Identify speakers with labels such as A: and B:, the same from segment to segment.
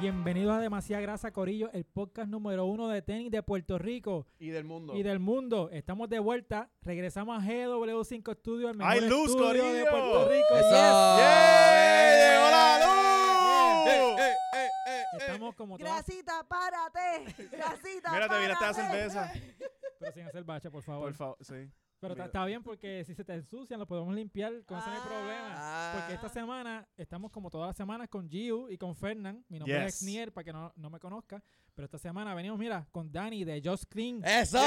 A: Bienvenidos a Demasiada Grasa Corillo, el podcast número uno de tenis de Puerto Rico
B: Y del mundo.
A: y del mundo. Estamos de vuelta, regresamos a GW5 Studio, el mejor
B: ¡Hay luz,
A: estudio de
B: corillo!
A: Puerto Rico.
C: Eso.
A: Yes.
B: ¡Yeah! ¡Llegó la luz!
A: Yeah.
B: Eh, eh, eh, eh,
A: Estamos como todas,
C: Grasita, párate. Grasita,
B: Mira, te miraste la
C: párate.
B: cerveza.
A: pero sin hacer bacha, por favor.
B: Por favor, sí.
A: pero está-
B: mira.
A: está bien porque si se te ensucian lo podemos limpiar, con ese no hay
C: Ah.
A: problema.
C: Ah.
A: Porque esta semana estamos como todas las semanas con Giu y con Fernan. Mi nombre es
B: Yes.
A: Nier, para que no, no me conozca. Pero esta semana venimos, mira, con Dani de Just Clean.
C: ¡Eso!
B: Yes.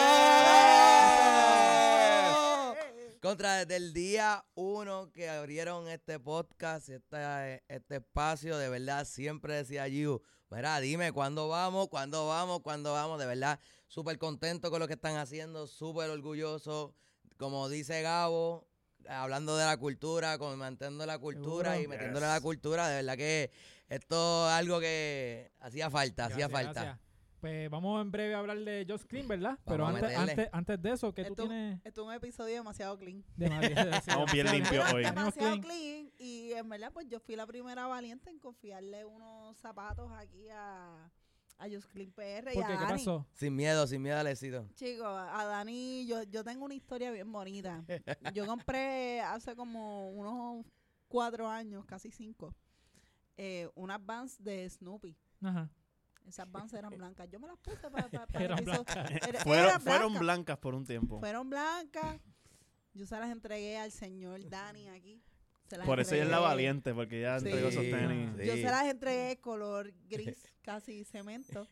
C: Contra desde el día uno que abrieron este podcast, este, este espacio, de verdad, siempre decía Giu, mira, dime cuándo vamos, cuándo vamos, cuándo vamos, de verdad, súper contento con lo que están haciendo, súper orgulloso, como dice Gabo, hablando de la cultura, con- manteniendo la cultura
A: Seguro.
C: y metiéndole a la
B: Yes.
C: cultura, de verdad que esto es algo que hacía falta, hacía
A: Gracias,
C: falta.
A: gracias. Pues vamos en breve a hablar de Josh Clean, ¿verdad? Pero
C: a
A: antes,
C: meterle.
A: antes, antes de eso, ¿qué tú
D: Esto-
A: tienes
D: Esto es un episodio demasiado clean.
A: de Madrid?
B: Estamos bien limpios hoy.
A: Venimos
D: Demasiado
A: clean.
D: clean. Y en verdad, pues yo fui la primera valiente en confiarle unos zapatos aquí a, a Just Clean PR y
A: ¿Por
D: a
A: qué? ¿Qué
D: Dani.
A: pasó?
C: Sin miedo, sin miedo al éxito.
D: Chicos, a Dani, yo, yo tengo una historia bien bonita. Yo compré hace como unos cuatro años, casi cinco, eh, unas Vans de Snoopy.
A: Ajá.
D: Esas Vans eran blancas. Yo me las puse para, para, para el
A: Eran
D: episodio.
A: blancas.
D: Era-
B: Fueron,
D: eran
B: fueron
D: blancas.
B: blancas por un tiempo.
D: Fueron blancas. Yo se las entregué al señor Dani aquí. Se las
B: Por eso ella es la
D: entregué.
B: valiente, porque ya
D: Sí.
B: entregó sus tenis.
A: Sí.
D: Yo se las entregué color gris, casi cemento.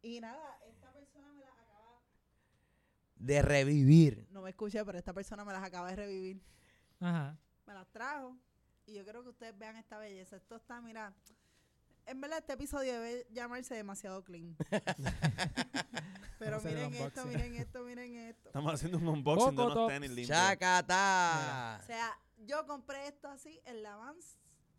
D: Y nada, esta persona me las acaba.
C: De revivir.
D: No me escuché, pero esta persona me las acaba de revivir.
A: Ajá.
D: Me las trajo. Y yo creo que ustedes vean esta belleza. Esto está, mira. En verdad, este episodio debe llamarse demasiado clean.
A: Vamos a
D: pero
A: hacer el
D: miren esto,
A: unboxing.
D: miren esto, miren esto.
B: Estamos haciendo un unboxing de
A: Cocoto.
B: unos tenis limpios.
C: ¡Chacata!
D: O sea, yo compré esto así en la Vans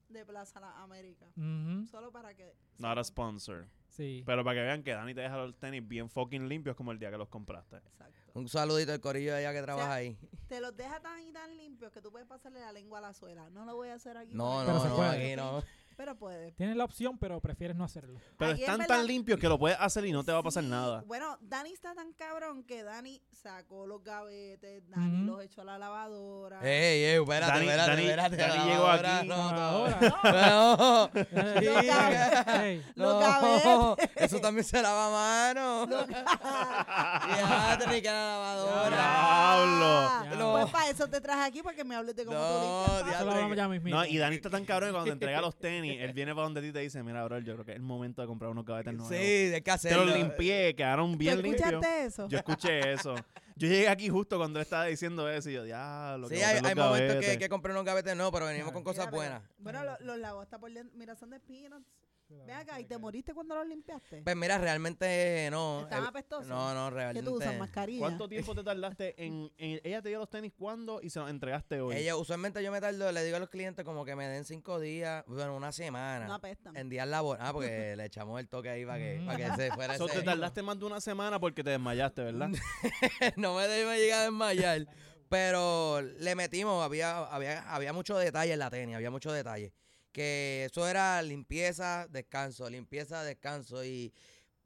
D: de Plaza La América.
A: Ujú.
D: Solo para que.
B: Not a sponsor.
A: Sí.
B: Pero para que vean que Dani te deja los tenis bien fucking limpios como el día que los compraste.
D: Exacto.
C: Un saludito al corillo de allá que trabaja
D: sea,
C: ahí.
D: Te los deja tan y tan limpios que tú puedes pasarle la lengua a la suela. No lo voy a hacer aquí.
C: No,
A: Pero
C: no,
A: se
C: no,
A: puede.
C: aquí no.
D: Pero puedes.
A: Tienes la opción, pero prefieres no hacerlo.
B: Pero
D: Aquí en
B: están
D: verdad-
B: tan limpios que lo puedes hacer y no te va a pasar
D: Sí,
B: nada.
D: Bueno, Dani está tan cabrón que Dani sacó los gavetes, Dani
A: Ujú.
D: los echó a la lavadora.
C: Ey, ey, espérate,
B: Dani-
C: espérate,
B: Dani-
C: espérate.
B: Dani
C: la
B: llegó
C: lavadora,
B: aquí.
C: No, no.
A: Ahora.
C: No,
A: Eh, eh,
D: Los
C: no, Eso también se lava a mano. Ya, te que la lavadora.
B: ¡Diablo!
A: Ya.
C: No.
D: Pues para eso te traje aquí, porque me hables de cómo tú
C: No,
D: limpias.
A: Eso lo
C: diablo,
A: vamos
C: que-
A: ya mismito.
B: No, y Dani está tan cabrón que cuando te entrega los tenis, él viene para donde ti y te dice, mira, bro, yo creo que es el momento de comprar unos gavetes nuevos.
C: Sí, de que
B: Te
C: hacerlo.
B: los limpié, quedaron
D: ¿Tú
B: bien limpios.
D: escuchaste eso?
B: Yo escuché eso. Yo llegué aquí justo cuando él estaba diciendo eso y yo, diablo,
C: Sí,
B: que este".
C: hay,
B: boté los
C: hay momentos
B: gavetes".
C: que, que compré unos gavetes, no, pero venimos con cosas
D: Mira, pero-
C: buenas.
D: Bueno, lo- los lavó hasta por dentro. Mira, son de espinas. Ve acá, ¿y te moriste cuando los limpiaste?
C: Pues mira, realmente no.
D: ¿Estaban
C: el-
D: apestosos?
C: eh, No, no,
D: que
C: realmente.
D: tú usas mascarilla.
B: ¿Cuánto tiempo te tardaste en, en- Ella te dio los tenis cuándo y se los entregaste hoy?
C: Ella, usualmente yo me tardo, le digo a los clientes como que me den cinco días, bueno, una semana.
D: No apestan.
C: En días laborales. Ah, porque le echamos el toque ahí para que, pa' que se fuera
B: So,
C: ese-
B: te tardaste más de una semana porque te desmayaste, ¿verdad?
C: no me dejé llegar a desmayar. Pero le metimos, había, había, había mucho detalle en la tenis, había mucho detalle. Que eso era limpieza, descanso, limpieza, descanso. Y,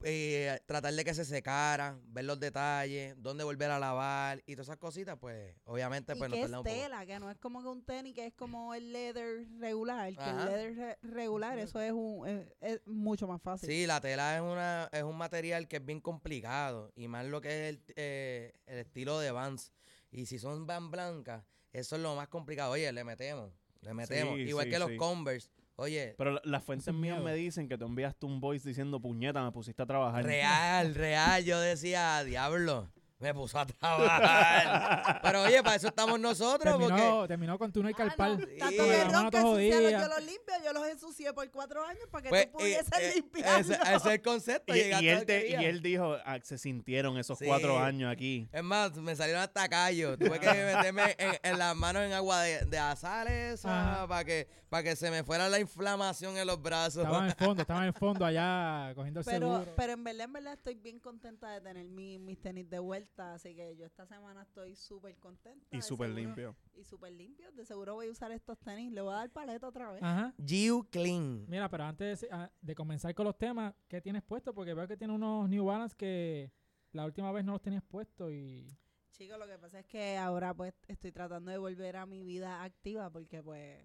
C: y tratar de que se secara, ver los detalles, dónde volver a lavar y todas esas cositas, pues obviamente
D: y
C: pues nos
D: que es
C: tardamos un poco.
D: tela, que no es como que un tenis, que es como el leather regular. Que
C: Ajá.
D: el leather re- regular, eso es, un, es, es mucho más fácil.
C: Sí, la tela es una es un material que es bien complicado y más lo que es el, eh, el estilo de Vans. Y si son Vans blancas, eso es lo más complicado. Oye, le metemos, le metemos.
B: Sí,
C: Igual
B: sí,
C: que los
B: sí.
C: Converse. Oye,
B: Pero la- las fuentes
A: Sin
B: mías
A: miedo.
B: me dicen que tú enviaste un voice diciendo, puñeta, me pusiste a trabajar.
C: real, real. Yo decía, diablo, me puso a trabajar. Pero oye, para eso estamos nosotros, porque
A: terminó, terminó con tuno y
D: Ah,
A: carpal.
D: no,
C: Sí.
D: Tanto
C: Con
D: me
C: la
A: mano
D: ronca
A: todo
D: ensuciarlos,
A: jodida.
D: yo los limpio, yo los ensucié por cuatro años para que
C: pues, eh,
D: tú pudieses
C: eh,
D: limpiarlos.
C: ese, ese es el concepto.
B: Y, y
C: llegaste
B: él
C: donde
B: te- y
C: quería.
B: él dijo, "Ah, se sintieron esos
C: Sí.
B: cuatro años aquí.
C: Es más, me salieron hasta callos. Tuve que meterme en, en las manos en agua de, de azar
A: Ajá.
C: esa para que, para que se me fuera la inflamación en los brazos.
A: Estaba en el fondo, estaba en el fondo allá cogiendo el
D: Pero,
B: Pues,
A: seguro.
D: pero en verdad, en verdad, estoy bien contenta de tener mi- mis tenis de vuelta. hasta, así que yo esta semana estoy súper contenta.
B: Y
D: de
B: súper
D: seguro-
B: limpio.
D: Y súper limpio. De seguro voy a usar estos tenis. Le voy a dar paleta otra vez.
A: Ajá.
C: Giu Clean.
A: Mira, pero antes de, ah, de comenzar con los temas, ¿qué tienes puesto? Porque veo que tiene unos New Balance que la última vez no los tenías puesto y...
D: Chicos, lo que pasa es que ahora pues estoy tratando de volver a mi vida activa porque pues,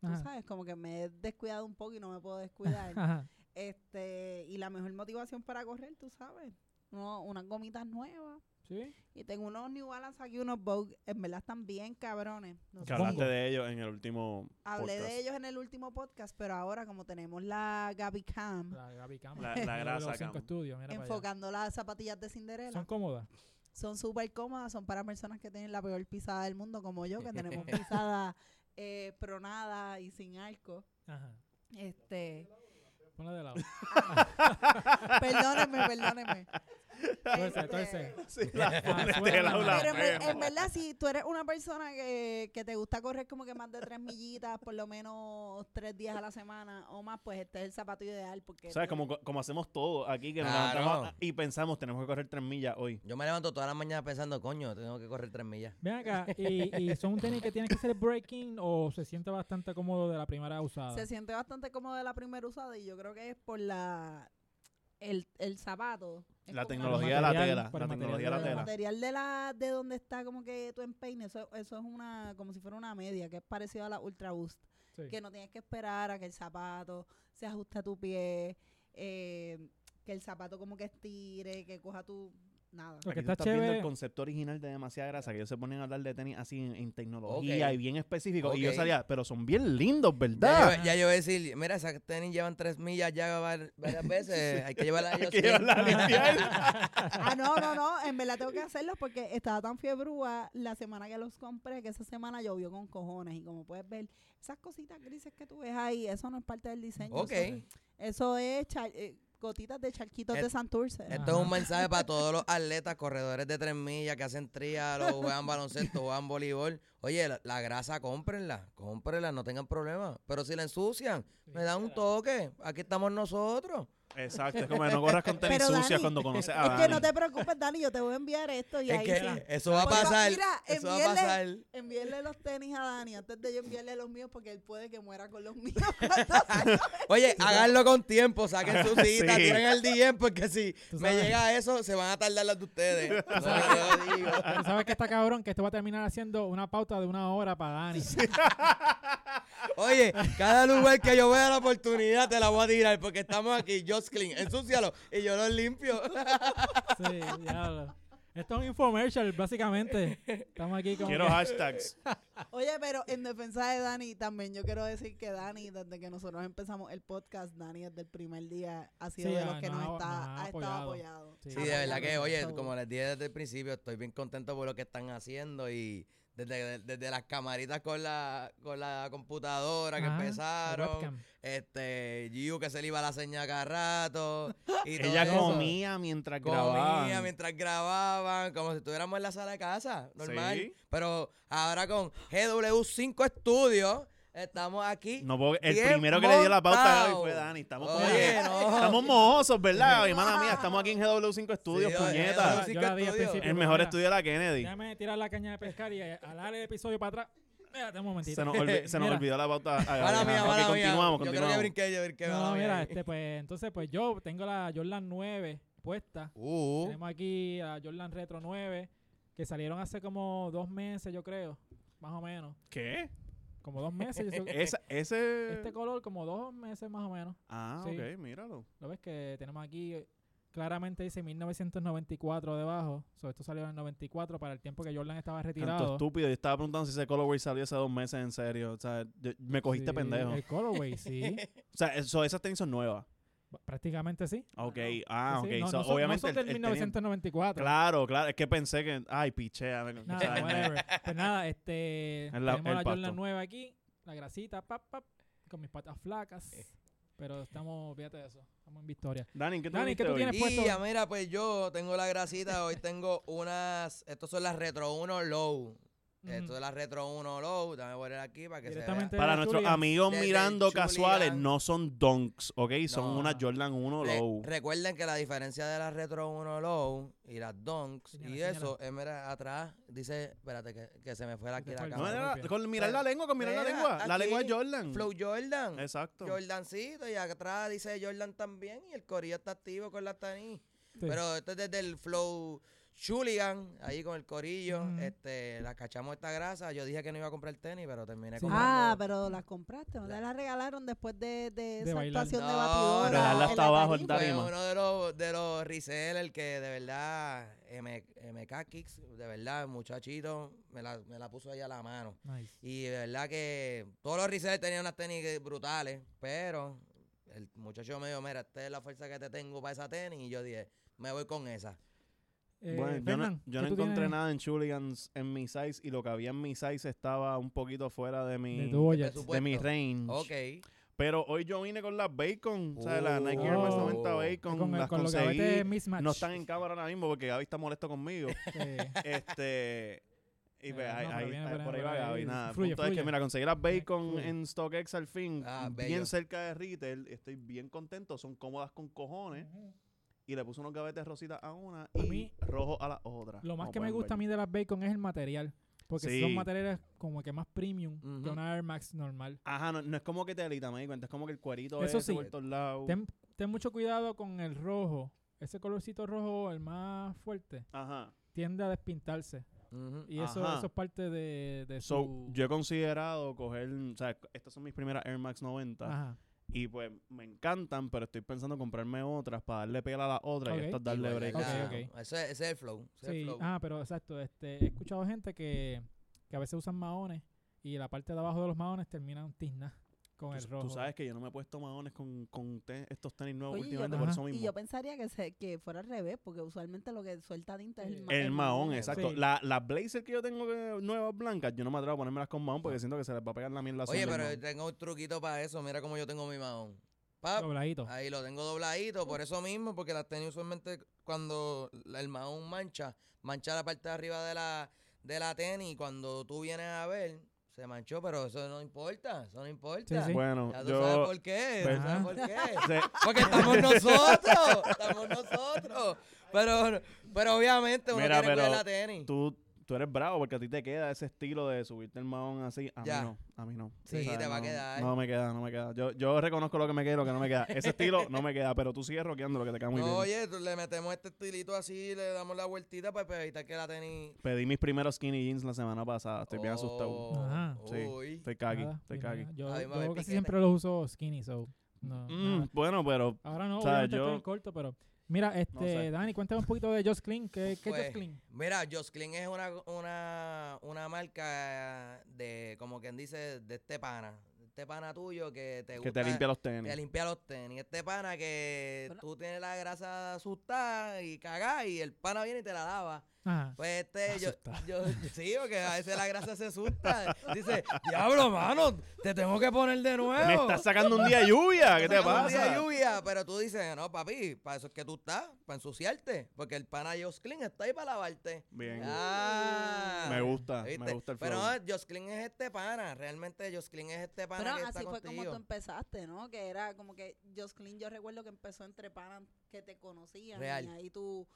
D: tú
A: Ajá.
D: sabes, como que me he descuidado un poco y no me puedo descuidar.
A: Ajá.
D: Este, y la mejor motivación para correr, tú sabes, uno- unas gomitas nuevas.
A: ¿Sí?
D: Y tengo unos New Balance aquí, unos Vogue, en verdad están bien cabrones. No
B: Que
D: sé
B: hablaste
A: Bongo.
B: de ellos en el último
D: Hablé
B: podcast.
D: de ellos en el último podcast, pero ahora como tenemos la Gaby Cam
A: La Gaby Cam.
B: La- la
A: uno de
B: grasa
A: los cinco
B: Cam.
A: estudios, mira para allá.
D: enfocando las zapatillas de Cinderella,
A: Son cómodas.
D: son súper cómodas, son para personas que tienen la peor pisada del mundo, como yo, que tenemos pisada eh, pronada y sin arco.
A: Ajá.
D: Este,
A: Ponla de lado.
D: perdónenme, perdónenme.
A: Entonces,
D: Este,
A: entonces.
B: Sí, la pones
A: Ah, suena.
B: del aula,
D: Pero en, ver-
B: perro.
D: en verdad, si tú eres una persona que, que te gusta correr como que más de tres millitas, por lo menos tres días a la semana o más, pues este es el zapato ideal. Porque
B: ¿Sabes?
D: tú-
B: Como, como hacemos todo aquí, que nos
C: Claro.
B: levantamos ah, y pensamos, tenemos que correr tres millas hoy.
C: Yo me levanto todas las mañanas pensando, coño, tengo que correr tres millas.
A: Ven acá, y, y son un tenis que tiene que ser breaking o se siente bastante cómodo de la primera usada.
D: se siente bastante cómodo de la primera usada y yo creo que es por la el, el zapato. Es
B: La
D: como una-
B: tecnología de la
A: material,
B: tela.
A: por
B: La
A: el
B: tecnología de
A: material
B: la
D: Pero el
A: de la
B: tela.
D: material de la de donde está como que tu empeine, eso, eso es una como si fuera una media, que es parecido a la Ultra Boost.
A: Sí.
D: que no tienes que esperar a que el zapato se ajuste a tu pie, eh, que el zapato como que estire, que coja tu... Nada.
A: Lo
B: Aquí
A: que está
B: tú estás viendo
A: chévere.
B: el concepto original de demasiada grasa, que ellos se ponían a hablar de tenis así en, en tecnología
C: Ok.
B: y bien específico. Y yo
C: Ok.
B: salía, pero son bien lindos,
C: Ya,
B: ¿verdad?
C: yo, ya yo voy a decir, mira, esas tenis llevan tres millas ya var- varias veces. Hay que llevarlas a ellos.
B: que
C: bien.
B: llevarla a limpiar.
D: Ah, no, no, no, en verdad tengo que hacerlos porque estaba tan fiebrúa la semana que los compré que esa semana llovió con cojones y como puedes ver, esas cositas grises que tú ves ahí, eso no es parte del diseño.
C: Ok.
D: Eso, eso es char- eh, gotitas de charquitos
C: Et-
D: de Santurce.
C: Esto es un mensaje para todos los atletas, corredores de tres millas que hacen trialos, juegan baloncesto, juegan voleibol. Oye, la, la grasa cómprenla, cómprenla, no tengan problema. Pero si la ensucian, me dan un toque. Aquí estamos nosotros.
B: Exacto, es como que no corras con tenis
D: Pero,
B: sucias
D: Dani,
B: cuando conoces a
D: es que
B: Dani.
D: no te preocupes, Dani, yo te voy a enviar esto y
C: Es
D: ahí
C: que
D: sí.
C: eso va a
D: Pues,
C: pasar.
D: mira,
C: eso va a
D: envíenle-
C: pasar.
D: Envíenle los tenis a Dani antes de yo enviarle los míos porque él puede que muera con los míos. cuando-
C: Oye, háganlo con tiempo, saquen su cita,
B: Sí.
C: tiren el DM, porque si
A: Tú
C: me
A: sabes.
C: llega eso, se van a tardar las de ustedes. No,
A: sabes.
C: yo digo.
A: Pero ¿Sabes qué está cabrón? Que esto va a terminar haciendo una pauta de una hora para Dani.
C: Oye, cada lugar que yo vea la oportunidad te la voy a tirar porque estamos aquí, Just Clean, ensúcialo y yo lo limpio.
A: Sí, diablo. Esto es un infomercial, básicamente. Estamos aquí como.
B: Quiero
A: que-
B: hashtags.
D: Oye, pero en defensa de Dani, también yo quiero decir que Dani, desde que nosotros empezamos el podcast, Dani desde el primer día ha sido
A: Sí,
D: de los
A: ah,
D: que
A: no,
D: nos
A: no,
D: está, ha estado
A: apoyado.
D: apoyado.
A: Sí,
C: Sí, de verdad que, oye,
D: Apoyado.
C: como les dije desde el principio, estoy bien contento por lo que están haciendo y desde, desde las camaritas con la, con la computadora que
B: Ah,
A: Ajá, la
C: empezaron,
A: Ah, webcam.
C: este, Giu que se le iba la señal cada rato. Y
B: Ella
C: todo eso.
B: comía mientras
C: Comía
B: grababa.
C: mientras grababan, como si estuviéramos en la sala de casa, normal.
B: Sí.
C: Pero ahora con GW5 Studios, estamos aquí.
B: No puedo- el
C: Bien
B: primero que le dio la pauta
C: montado.
B: hoy fue Dani. Estamos como
C: Oye,
B: que-
C: no.
B: Estamos mohosos, ¿verdad? Hermana mía, estamos aquí en GW5 Studios,
C: oye,
B: puñeta.
A: Yo la vi al
C: estudio.
A: principio,
B: El mejor
A: mira,
B: estudio de la Kennedy.
A: Déjame tirar la caña de pescar y eh, alar el episodio para atrás. Espérate un momentito.
B: Se nos, olvi- se nos
A: Mira.
B: olvidó la pauta. a Gabriela.
C: Mala mía,
B: Ok,
C: mala mía.
B: continuamos,
C: Yo creo que
B: continuamos.
C: brinqué, yo brinqué.
A: No,
C: mala
A: no,
C: mía
A: mira,
C: ahí.
A: este, pues, entonces, pues yo tengo la Jordan 9 puesta.
C: Uh,
A: Tenemos aquí a Jordan Retro 9, que salieron hace como dos meses, yo creo, más o menos.
B: ¿Qué?
A: Como dos meses. yo sé-
B: Esa- ese.
A: este color, como dos meses más o menos.
B: ah,
A: sí.
B: ok, míralo.
A: Lo ves que tenemos aquí, eh, claramente dice 1994 debajo. So, esto salió en el 94 para el tiempo que Jordan estaba
B: Tanto
A: retirado.
B: estúpido. Yo estaba preguntando si ese colorway salió hace dos meses, en serio. O sea, yo- me cogiste
A: Sí,
B: pendejo.
A: El colorway, sí.
B: O sea, eso, esas tenis son nuevas.
A: Prácticamente sí.
B: Ok,
D: Claro.
B: ah,
A: Sí,
B: ok.
A: sí. No-
B: So,
A: no son- no
B: obviamente.
A: son
B: el-
A: del
B: el tenis-
A: 1994.
B: Claro, claro. Es que pensé que. Ay, pichea. me- o sea,
A: Nada,
B: me-
A: whatever. Pues nada, este.
B: El la-
A: tenemos
B: el
A: la Jordan
B: pasto.
A: 9 aquí, la grasita, pap, pap, con mis patas flacas.
C: Eh.
A: Pero estamos, fíjate de eso, estamos en victoria.
B: Dani, ¿qué tú,
A: Dani, ¿qué tú
B: hoy?
A: tienes? puesto-
C: y ya, mira, pues yo tengo la grasita, hoy tengo unas, estos son las Retro 1 Low. Esto de la Retro 1 Low, dame poner aquí para que se vea.
A: Directamente de
B: Para
A: la
B: nuestros
A: Chuligan.
B: amigos
C: Desde el
B: mirando
C: Chuligan.
B: casuales, no son donks, ¿ok? Son
C: No.
B: una Jordan 1
C: Re-
B: low.
C: recuerden que la diferencia de la Retro 1 Low y las Donks
A: Señala,
C: y
A: señala.
C: eso es mira atrás, dice, espérate que, que se me fue aquí la
A: Recuerda.
B: No,
A: cabrón,
C: cámara.
B: era-
A: ok.
B: con mirar la lengua, con mirar la
C: Mira,
B: lengua. La
C: aquí,
B: lengua de Jordan.
C: Flow Jordan.
B: Exacto.
C: Jordancito y atrás dice Jordan también y el corillo está activo con la tenis.
A: Sí.
C: Pero esto es desde el Flow Chuligan, ahí con el corillo,
A: Ujú.
C: este, la cachamos esta grasa. Yo dije que no iba a comprar tenis, pero terminé
A: Sí.
D: Ah,
C: comprando.
D: pero las compraste, ¿no? Te las regalaron después de, de esa
A: bailar.
D: actuación de
C: No,
D: batidora.
B: regalarla
D: en
B: hasta
D: la
B: abajo en
D: tarima?
B: tal-
C: Fue
B: Tarima.
C: uno de los, de los resellers que de verdad, M- MK Kicks, de verdad, el muchachito, me la, me la puso ahí a la mano.
A: Nice.
C: Y de verdad que todos los resellers tenían unas tenis que- brutales, pero el muchacho me dijo, mira, esta es la fuerza que te tengo para esa tenis. Y yo dije, me voy con esa.
A: Eh,
B: bueno, yo no,
A: Fernan,
B: yo
A: ¿qué
B: no
A: tú
B: encontré
A: tienes
B: nada en Chuligans en mi size y lo que había en mi size estaba un poquito fuera de mi,
A: De
B: de
A: tu budget.
C: presupuesto.
B: mi range.
C: Ok.
B: Pero hoy yo vine con las Bacon, o sea, las Nike
A: Oh.
B: Air Max 90 Bacon,
A: Con, el-
B: las
A: con lo que
B: conseguí.
A: vete mismatch.
B: No están en cámara ahora mismo porque Gaby está molesto conmigo.
A: Eh,
B: este y
A: Eh,
B: pues
A: no,
B: ahí,
A: pero
B: ahí-
A: viene
B: ahí-
A: por ahí,
B: por ahí
A: por
B: va
A: ahí.
B: Gaby. Nada, el
A: Fluye,
B: punto es
A: fluye.
B: que mira, conseguí las Bacon
A: Fluye.
B: en StockX al fin,
C: Eh, Ah, bello.
B: bien cerca de retail, estoy bien contento, son cómodas con cojones. Y le puse unos gavetes rositas a una
A: A
B: y
A: mí-
B: rojo a la otra.
A: lo más
B: como
A: que me
B: pueden
A: gusta a
B: ver.
A: mí de las Bacon es el material. Porque
B: Sí.
A: son materiales como que más premium que
C: Ujú.
A: una Air Max normal.
B: Ajá, no, no es como que te alita, me di cuenta, es como que el cuerito
A: Eso
B: Eso
A: sí.
B: por todos lados.
A: Ten, ten mucho cuidado con el rojo. Ese colorcito rojo, el más fuerte,
B: Ajá.
A: tiende a despintarse.
C: Ujú.
A: Y eso,
B: Ajá.
A: eso es parte de, de
B: So,
A: su...
B: yo he considerado coger, o sea, estas son mis primeras Air Max 90
A: Ajá.
B: y pues me encantan, pero estoy pensando comprarme otras para darle pega a la otra
A: Ok.
B: y estas
C: Y
B: darle break.
C: guardarla.
A: Ok, ok.
C: Ese, ese es el flow. ese es el
A: Sí,
C: flow.
A: ah, pero exacto. Este, he escuchado gente que, que a veces usan maones y la parte de abajo de los maones terminan tiznas con el
B: Tú-
A: rojo.
B: Tú sabes que yo no me he puesto maones con, con te- estos tenis nuevos
D: Oye, yo
B: últimamente
A: pe-
B: por
A: Ajá.
B: eso
D: Y
B: mismo.
D: yo pensaría que, se, que fuera al revés, porque usualmente lo que suelta tinta es el, ma-
B: El mahón, exacto.
A: Sí.
B: La- Las blazers que yo tengo que- nuevas blancas, yo no me atrevo a ponérmelas con mahón porque siento que se les va a pegar la mierda.
C: Oye,
B: sola al
C: pero
B: mahón.
C: tengo un truquito para eso. Mira cómo yo tengo mi mahón. Pap,
A: Dobladito.
C: ahí lo tengo dobladito, por eso mismo, porque las tenis usualmente cuando la- el mahón mancha, mancha la parte de arriba de la, de la tenis y cuando tú vienes a ver, se manchó, pero eso no importa, eso no importa.
A: Sí.
B: Bueno,
C: Ya tú sabes
B: yo...
C: por qué,
B: pues-
C: tú sabes por qué.
B: se-
C: Porque estamos nosotros, estamos nosotros. Pero, pero obviamente uno
B: Mira,
C: quiere cuidar
B: pero
C: la tenis.
B: tú, tú eres bravo porque a ti te queda ese estilo de subirte el mahón así. A
C: Ya.
B: mí no, a mí no.
C: Sí, te va a
B: no,
C: quedar.
B: No me queda, no me queda. Yo, yo reconozco lo que me queda y lo que no me queda. Ese estilo no me queda, pero tú sigues roqueando lo que te queda muy bien.
C: Oye, tú le metemos este estilito así, le damos la vueltita pues, para para evitar que la tenis...
B: Pedí mis primeros skinny jeans la semana pasada. Estoy bien asustado.
C: Oh,
A: Ajá.
B: Sí.
C: Uy.
B: Estoy cagui,
A: Nada,
B: estoy
A: Ah, mira,
B: cagui.
A: Yo,
C: Ahí va a haber
A: yo casi
C: piquete.
A: siempre los uso skinny, so... No,
B: Mm,
A: nada.
B: bueno, pero
A: Ahora no,
B: o sea,
A: obviamente
B: yo-
A: estoy en corto, pero... Mira, este,
B: sé.
A: Dani, cuéntame un poquito de Just Clean. ¿Qué, qué
C: Pues,
A: es Just Clean?
C: Mira, Josclin es una, una, una marca de, como quien dice, de este pana. Este pana tuyo que te
B: que
C: gusta.
B: te limpia los
C: te
B: tenis.
C: limpia los tenis. Este pana que
D: Bueno.
C: tú tienes la grasa asustada y cagada y el pana viene y te la lava.
A: Ajá.
C: Pues este, yo, yo, sí, porque a veces la grasa se asusta. Dice, diablo, mano, te tengo que poner de nuevo.
B: Me estás sacando un día de lluvia. ¿Qué te
C: Sacamos un día de
B: pasa?
C: lluvia, pero tú dices, no, papi, para eso es que tú estás, para ensuciarte. Porque el pana Josclin está ahí para lavarte.
B: Bien.
C: Ah.
B: Me gusta, me
C: ¿Viste?
B: gusta el flow.
C: Pero no, Josclin es este pana, realmente Josclin es este pana
D: Pero
C: que
D: así
C: está
D: fue como tú em-
C: contigo.
D: empezaste, ¿no? Que era como que Josclin, yo recuerdo que empezó entre panas que te conocían.
C: Real.
D: Y ahí tú,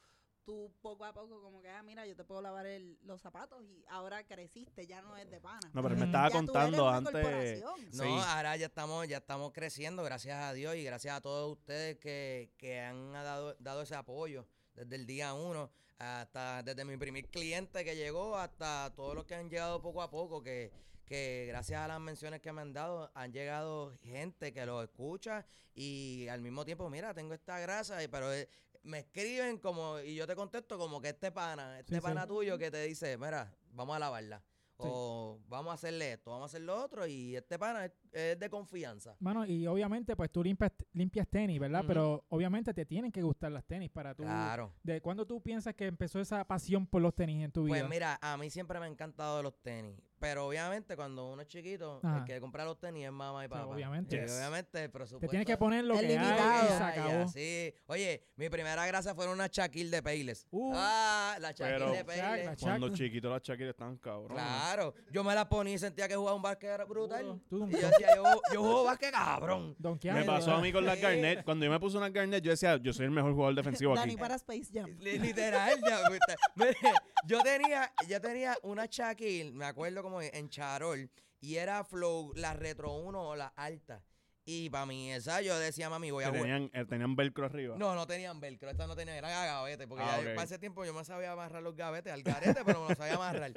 D: tú poco a poco como que, ah, mira, yo te puedo lavar el- los zapatos y ahora creciste, ya no es de pana.
B: No, pero
A: Mm.
B: me estaba
D: Ya tú eres
B: contando
D: una
B: antes.
D: corporación.
C: No,
B: Sí.
C: ahora ya estamos, ya estamos creciendo, gracias a Dios y gracias a todos ustedes que, que han dado, dado ese apoyo desde el día uno, hasta desde mi primer cliente que llegó, hasta todos los que han llegado poco a poco, que, que gracias a las menciones que me han dado, han llegado gente que los escucha y al mismo tiempo, mira, tengo esta grasa, y- pero eh, me escriben como, y yo te contesto como que este pana, este
A: Sí, sí.
C: pana tuyo que te dice, mira, vamos a lavarla. O vamos a hacerle esto, vamos a hacer lo otro. Y este pana es, es de confianza.
A: Mano, y obviamente, pues tú limpias, limpias tenis, ¿verdad?
C: Ujú.
A: Pero obviamente te tienen que gustar las tenis para tú...
C: Claro.
A: ¿De cuándo tú piensas que empezó esa pasión por los tenis en tu vida?
C: Pues mira, a mí siempre me han encantado los tenis. Pero obviamente cuando uno es chiquito,
A: Ajá.
C: el que compra los tenis es mamá y
A: O sea,
C: papá.
A: obviamente.
C: Y
B: Yes.
C: obviamente el presupuesto.
A: Te tienes que poner lo
D: Es
A: que
D: limitado.
A: hay y se
C: pues, Ah, ya,
A: acabó.
C: sí. Oye, mi primera grasa fue una Shaquille de Payless.
A: Uh,
C: ah, la Shaquille
B: pero-
C: de Payless.
A: Shaq, la
B: Cuando
A: Shaq-
B: chiquito las Shakira están cabrones.
C: Claro, yo me la ponía y sentía que jugaba un básquet era brutal.
A: Tú don-
C: Y yo decía, yo, yo juego básquet cabrón.
A: donkeando,
B: Me pasó a
A: ¿verdad?
B: mí con las
C: Sí.
B: Garnett. Cuando yo me puse unas Garnett, yo decía, yo soy el mejor jugador defensivo
D: Dani
B: aquí.
D: para Space Jam.
C: Li- Literal, ya, pues, está- mire, yo tenía, yo tenía una Shaquille, me acuerdo como en- en Charol, y era Flow, la Retro 1 o la alta. Y para mí, esa yo decía, mami, voy a
B: Que
C: jugar.
B: tenían, eh, tenían velcro arriba.
C: No, no tenían velcro, estas no tenían, eran a gavete, porque
B: Ah,
C: ya
B: ok.
C: para ese tiempo yo me sabía amarrar los gavetes al garete, pero me los sabía amarrar.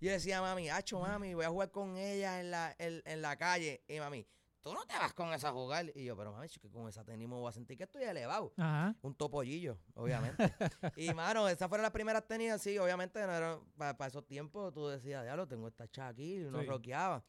C: Y yo decía, mami, hacho, mami, voy a jugar con ella en la, en, en la calle. Y mami, tú no te vas con esa a jugar. Y yo, pero mami, es que con esa tenis me voy a sentir que estoy elevado.
A: Ajá.
C: Un topollillo, obviamente. y mano, esas fueron las primeras tenis, sí, obviamente, no para esos tiempos tú decías, diablo, tengo esta Shaquille, y no
A: Sí.
C: roqueaba.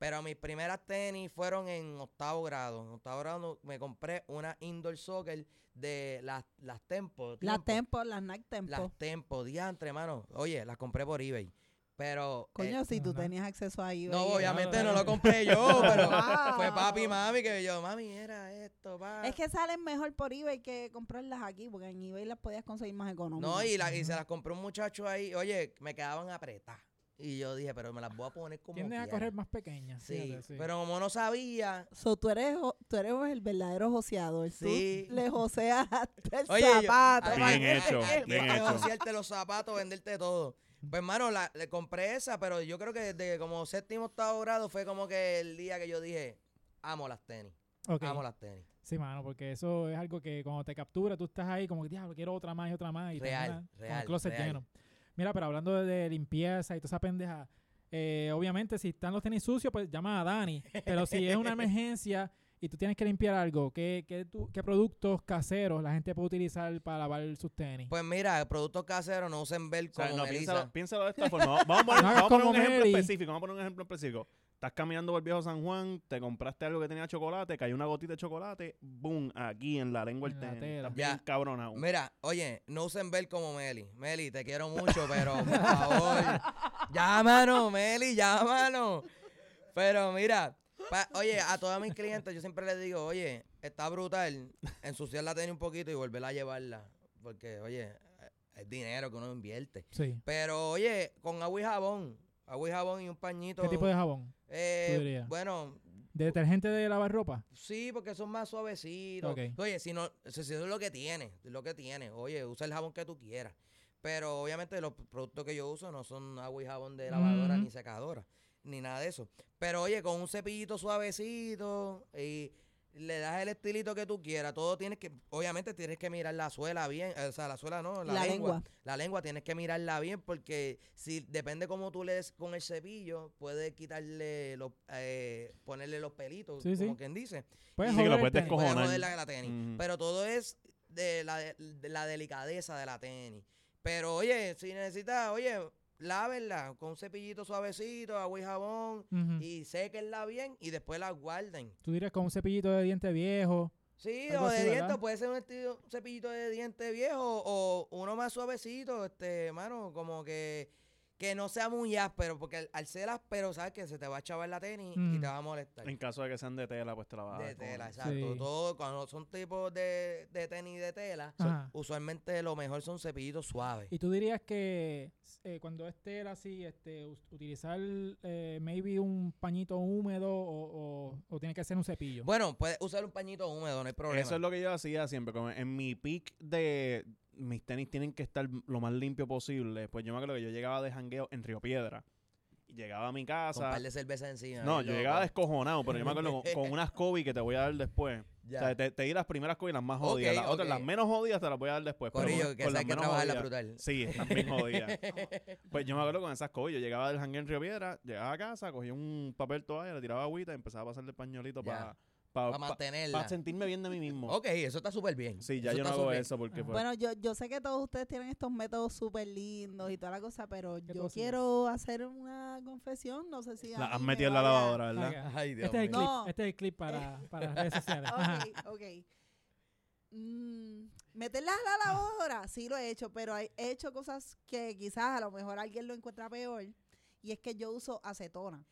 C: Pero mis primeras tenis fueron en octavo grado. En octavo grado no- me compré una indoor soccer de las, las Tempo.
D: Las Tempo, las Nike Tempo.
C: Las Tempo, diantre, mano. Oye, las compré por eBay. Pero. eh,
D: Coño, si tú
A: Ajá.
D: tenías acceso ahí.
C: no,
D: baby. Ah,
C: obviamente no
A: claro.
C: lo compré yo, pero
D: Wow.
C: fue papi y mami que yo, mami, era esto, pa.
D: Es que salen mejor por eBay que comprarlas aquí, porque en eBay las podías conseguir más económicas.
C: No, y, la, y se
A: Ujú.
C: las compró un muchacho ahí. Oye, me quedaban apretadas. Y yo dije, pero me las voy a poner como.
A: Tienden a
C: quiera.
A: correr más pequeñas.
C: Sí,
A: fíjate, sí.
C: pero como no sabía.
D: So, tú, eres, jo- tú eres el verdadero joseador.
C: Sí.
D: Pues Tú le joseas hasta el
C: Oye, yo-
D: zapato.
C: Además,
B: Bien hecho,
C: el- el-
B: bien
C: el-
B: hecho.
C: vaciarte los zapatos, venderte todo. Pues, hermano, la- le compré esa, pero yo creo que desde como séptimo, octavo grado fue como que el día que yo dije, amo las tenis,
A: Ok.
C: amo las tenis.
A: Sí, mano, porque eso es algo que cuando te captura, tú estás ahí como que, diablo, quiero otra más y otra más. Y
C: Real,
A: termina con
C: real,
A: el closet
C: real.
A: lleno. Mira, pero hablando de, de limpieza y toda esa pendeja, eh, obviamente si están los tenis sucios, pues llama a Dani. Pero si es una emergencia y tú tienes que limpiar algo, ¿qué, qué, tú- qué productos caseros la gente puede utilizar para lavar sus tenis?
C: Pues mira, productos caseros no usen ver
B: O sea,
C: como
B: no,
C: Melissa.
B: piénsalo, piénsalo de esta forma. Vamos- Vamos a poner,
A: No hagas
B: vamos a poner
A: como
B: un ejemplo
A: Mary.
B: específico. Vamos a poner un ejemplo específico. Estás caminando por el viejo San Juan, te compraste algo que tenía chocolate, cayó una gotita de chocolate, boom, aquí en la lengua del
A: En la
B: tenis.
A: tela.
B: Estás bien
C: Ya.
B: cabrona.
C: Mira, oye, no usen ver como Meli. Meli, te quiero mucho, pero por favor, llámanos, Meli, llámanos. Pero mira, pa- oye, a todas mis clientes yo siempre les digo, oye, está brutal ensuciar la tenis un poquito y volverla a llevarla. Porque, oye, es dinero que uno invierte.
A: Sí.
C: Pero, oye, con agua y jabón, agua y jabón y un pañito.
A: ¿Qué tipo de jabón?
C: eh,
A: tú dirías?
C: bueno,
A: ¿De detergente de lavar ropa?
C: Sí, porque son más suavecitos.
A: Ok.
C: Oye, si no, si, si eso es lo que tiene, es lo que tiene. Oye, usa el jabón que tú quieras. Pero obviamente los productos que yo uso no son agua y jabón de lavadora
A: Ujú.
C: ni secadora, ni nada de eso. Pero oye, con un cepillito suavecito y le das el estilito que tú quieras. Todo tienes que, obviamente tienes que mirar la suela bien, eh, o sea, la suela no, la,
D: La
C: lengua.
D: lengua.
C: La lengua tienes que mirarla bien porque si depende cómo tú le des con el cepillo, puede quitarle los, eh, ponerle los pelitos,
A: Sí,
C: como
A: sí.
C: quien dice
A: Puedes
B: Sí, que lo
A: joder el
B: puedes
A: tenis.
B: descojonar.
C: puede
B: cojonar.
C: joder la, la tenis.
B: Ujú.
C: Pero todo es de la, de- de la delicadeza de la tenis. Pero oye, si necesitas, oye, lávenla con un cepillito suavecito, agua y jabón,
A: Ujú.
C: y séquenla bien y después la guarden.
A: Tú dirías con un cepillito de diente viejo.
C: Sí,
A: Algo
C: o de
A: así, ¿verdad?
C: dientes, puede ser un, estilo- un cepillito de diente viejo o uno más suavecito, este, mano, como que, que no sea muy áspero, porque al, al ser áspero, sabes que se te va a chavar la tenis y
A: Mm.
C: te va a molestar.
B: En caso de que sean de tela, pues te la vas a
C: De
B: dar con-
C: tela, exacto.
A: Sí.
C: Todo, cuando son tipos de, de tenis de tela,
A: Ajá.
C: son- usualmente lo mejor son cepillitos suaves.
A: Y tú dirías que eh, cuando es tela así, este, us- utilizar eh, maybe un pañito húmedo o, o- o tiene que ser un cepillo.
C: Bueno, puedes usar un pañito húmedo, no hay problema.
B: Eso es lo que yo hacía siempre. Como en mi pick de mis tenis tienen que estar lo más limpio posible. Pues yo me acuerdo que yo llegaba de jangueo en Río Piedra. Y llegaba a mi
C: Con un
B: casa.
C: par de cerveza encima.
B: No,
C: bien
B: yo
C: loco.
B: llegaba descojonado, pero yo me acuerdo con, con unas Kobe que te voy a dar después.
C: Ya.
B: O sea, te, te di las primeras Kobe, las más jodidas.
C: Ok,
B: las otras,
C: ok.
B: las menos jodidas te las voy a dar después. pero
C: Corillo,
B: con-
C: que
B: con
C: sabes
B: las
C: que
B: menos
C: trabajar la
B: jodidas.
C: brutal.
B: Sí, están bien jodidas. Pues yo me acuerdo con esas Kobe. Yo llegaba del jangueo en Río Piedra, llegaba a casa, cogía un papel toalla, le tiraba agüita y empezaba a pasarle el pañolito
C: Ya.
B: para pa,
C: Para
B: pa-
C: mantenerla.
B: para sentirme bien de mí mismo.
C: ok, eso está súper bien.
B: Sí, ya yo no
C: está
B: hago
C: súper-
B: eso porque
A: Ah.
B: pues,
D: Bueno, yo, yo sé que todos ustedes tienen estos métodos súper lindos y toda la cosa, pero
A: ¿Qué
D: yo
A: todos
D: quiero hacer una confesión, no sé si... a
B: la
D: mí
B: has
D: me
B: metido en la
D: vaya-
B: lavadora, ¿verdad?
A: Ok.
C: Ay, Dios
A: este, es el
C: mío.
A: clip,
D: No.
A: este es el clip para, para redes sociales. Ajá.
D: Ok, ok. Mm, meterlas a la lavadora, sí lo he hecho, pero he hecho cosas que quizás a lo mejor alguien lo encuentra peor. y es que yo uso acetona.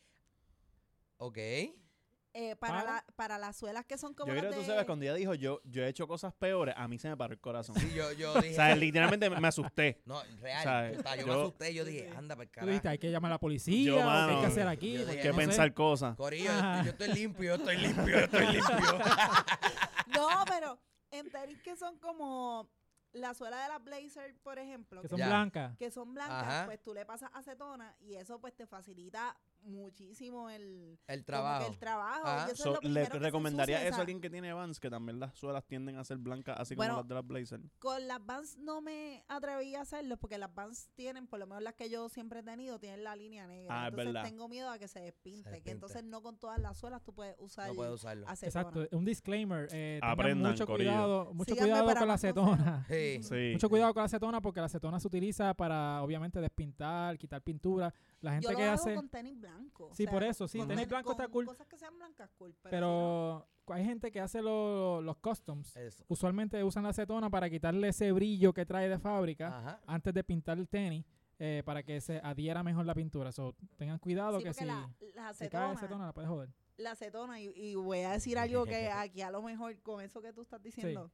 C: Ok.
D: Eh, para,
A: ¿Para?
D: la- para las suelas que son como
B: Ah. Yo creo
D: las
B: que tú
D: de-
B: sabes, cuando ella dijo yo, yo he hecho cosas peores, a mí se me paró el corazón.
C: Sí, yo, yo
B: o
C: dije.
B: sea, literalmente me me asusté.
C: no, real.
B: ¿sabes?
C: yo, estaba- yo me
B: Yo-
C: asusté, yo dije, anda, para el
A: Tú dijiste,
C: carajo.
A: hay que llamar a la policía,
B: Yo,
A: o qué hay
B: mano,
A: que hacer aquí.
C: yo
A: Porque
B: Que
A: no sé.
B: pensar cosas.
C: Corillo,
A: Ajá.
C: yo estoy limpio, yo estoy limpio, yo estoy limpio.
D: No, pero en tenis que son como la suela de las blazer, por ejemplo,
A: Que son
C: Ya.
A: blancas.
D: que son blancas,
C: Ajá.
D: pues tú le pasas acetona y eso pues te facilita muchísimo el
C: El
D: como que
C: trabajo.
D: el trabajo. y
C: Ajá.
D: eso
B: Ah.
D: es
B: So,
D: lo
B: le
D: primero que se
B: recomendaría
D: ensucia,
B: eso a
D: esa-
B: alguien que tiene Vans, que también las suelas tienden a ser blancas, así
D: Bueno, mm,
B: como las de las Blazer.
D: Con las Vans no me atreví a hacerlo porque las Vans tienen, por lo menos las que yo siempre he tenido, tienen la línea negra.
B: Ah, es
D: entonces
B: verdad.
D: tengo miedo a que se despinte,
C: despinte.
D: que entonces no con todas las suelas tú puedes usar
C: No puedes usarlo.
D: acetona.
A: Exacto, un disclaimer. Eh, tengan
B: Aprendan,
A: mucho
B: corillo.
A: cuidado, mucho
D: Síganme
A: cuidado
D: para
A: con la
D: más consejos.
A: acetona.
C: Sí.
B: Sí.
A: Mucho cuidado con la acetona porque la acetona se utiliza para, obviamente, despintar, quitar pintura. La gente
D: Yo lo
A: que
D: hago
A: hace...
D: con tenis blanco. o
A: Sí,
D: sea,
A: por eso, sí,
C: con
A: tenis
D: con-
A: blanco está
D: con
A: cool,
D: cosas que sean blancas, cool. Pero,
A: pero hay gente que hace lo- los customs.
C: Eso.
A: Usualmente usan la acetona para quitarle ese brillo que trae de fábrica.
C: Ajá.
A: antes de pintar el tenis eh, para que se adhiera mejor la pintura. So, tengan cuidado
D: sí,
A: que
D: porque
A: si,
D: la, la
A: ah, si cae
D: acetona,
A: acetona la puedes joder.
D: la acetona, y, y voy a decir algo que aquí a lo mejor con eso que tú estás diciendo,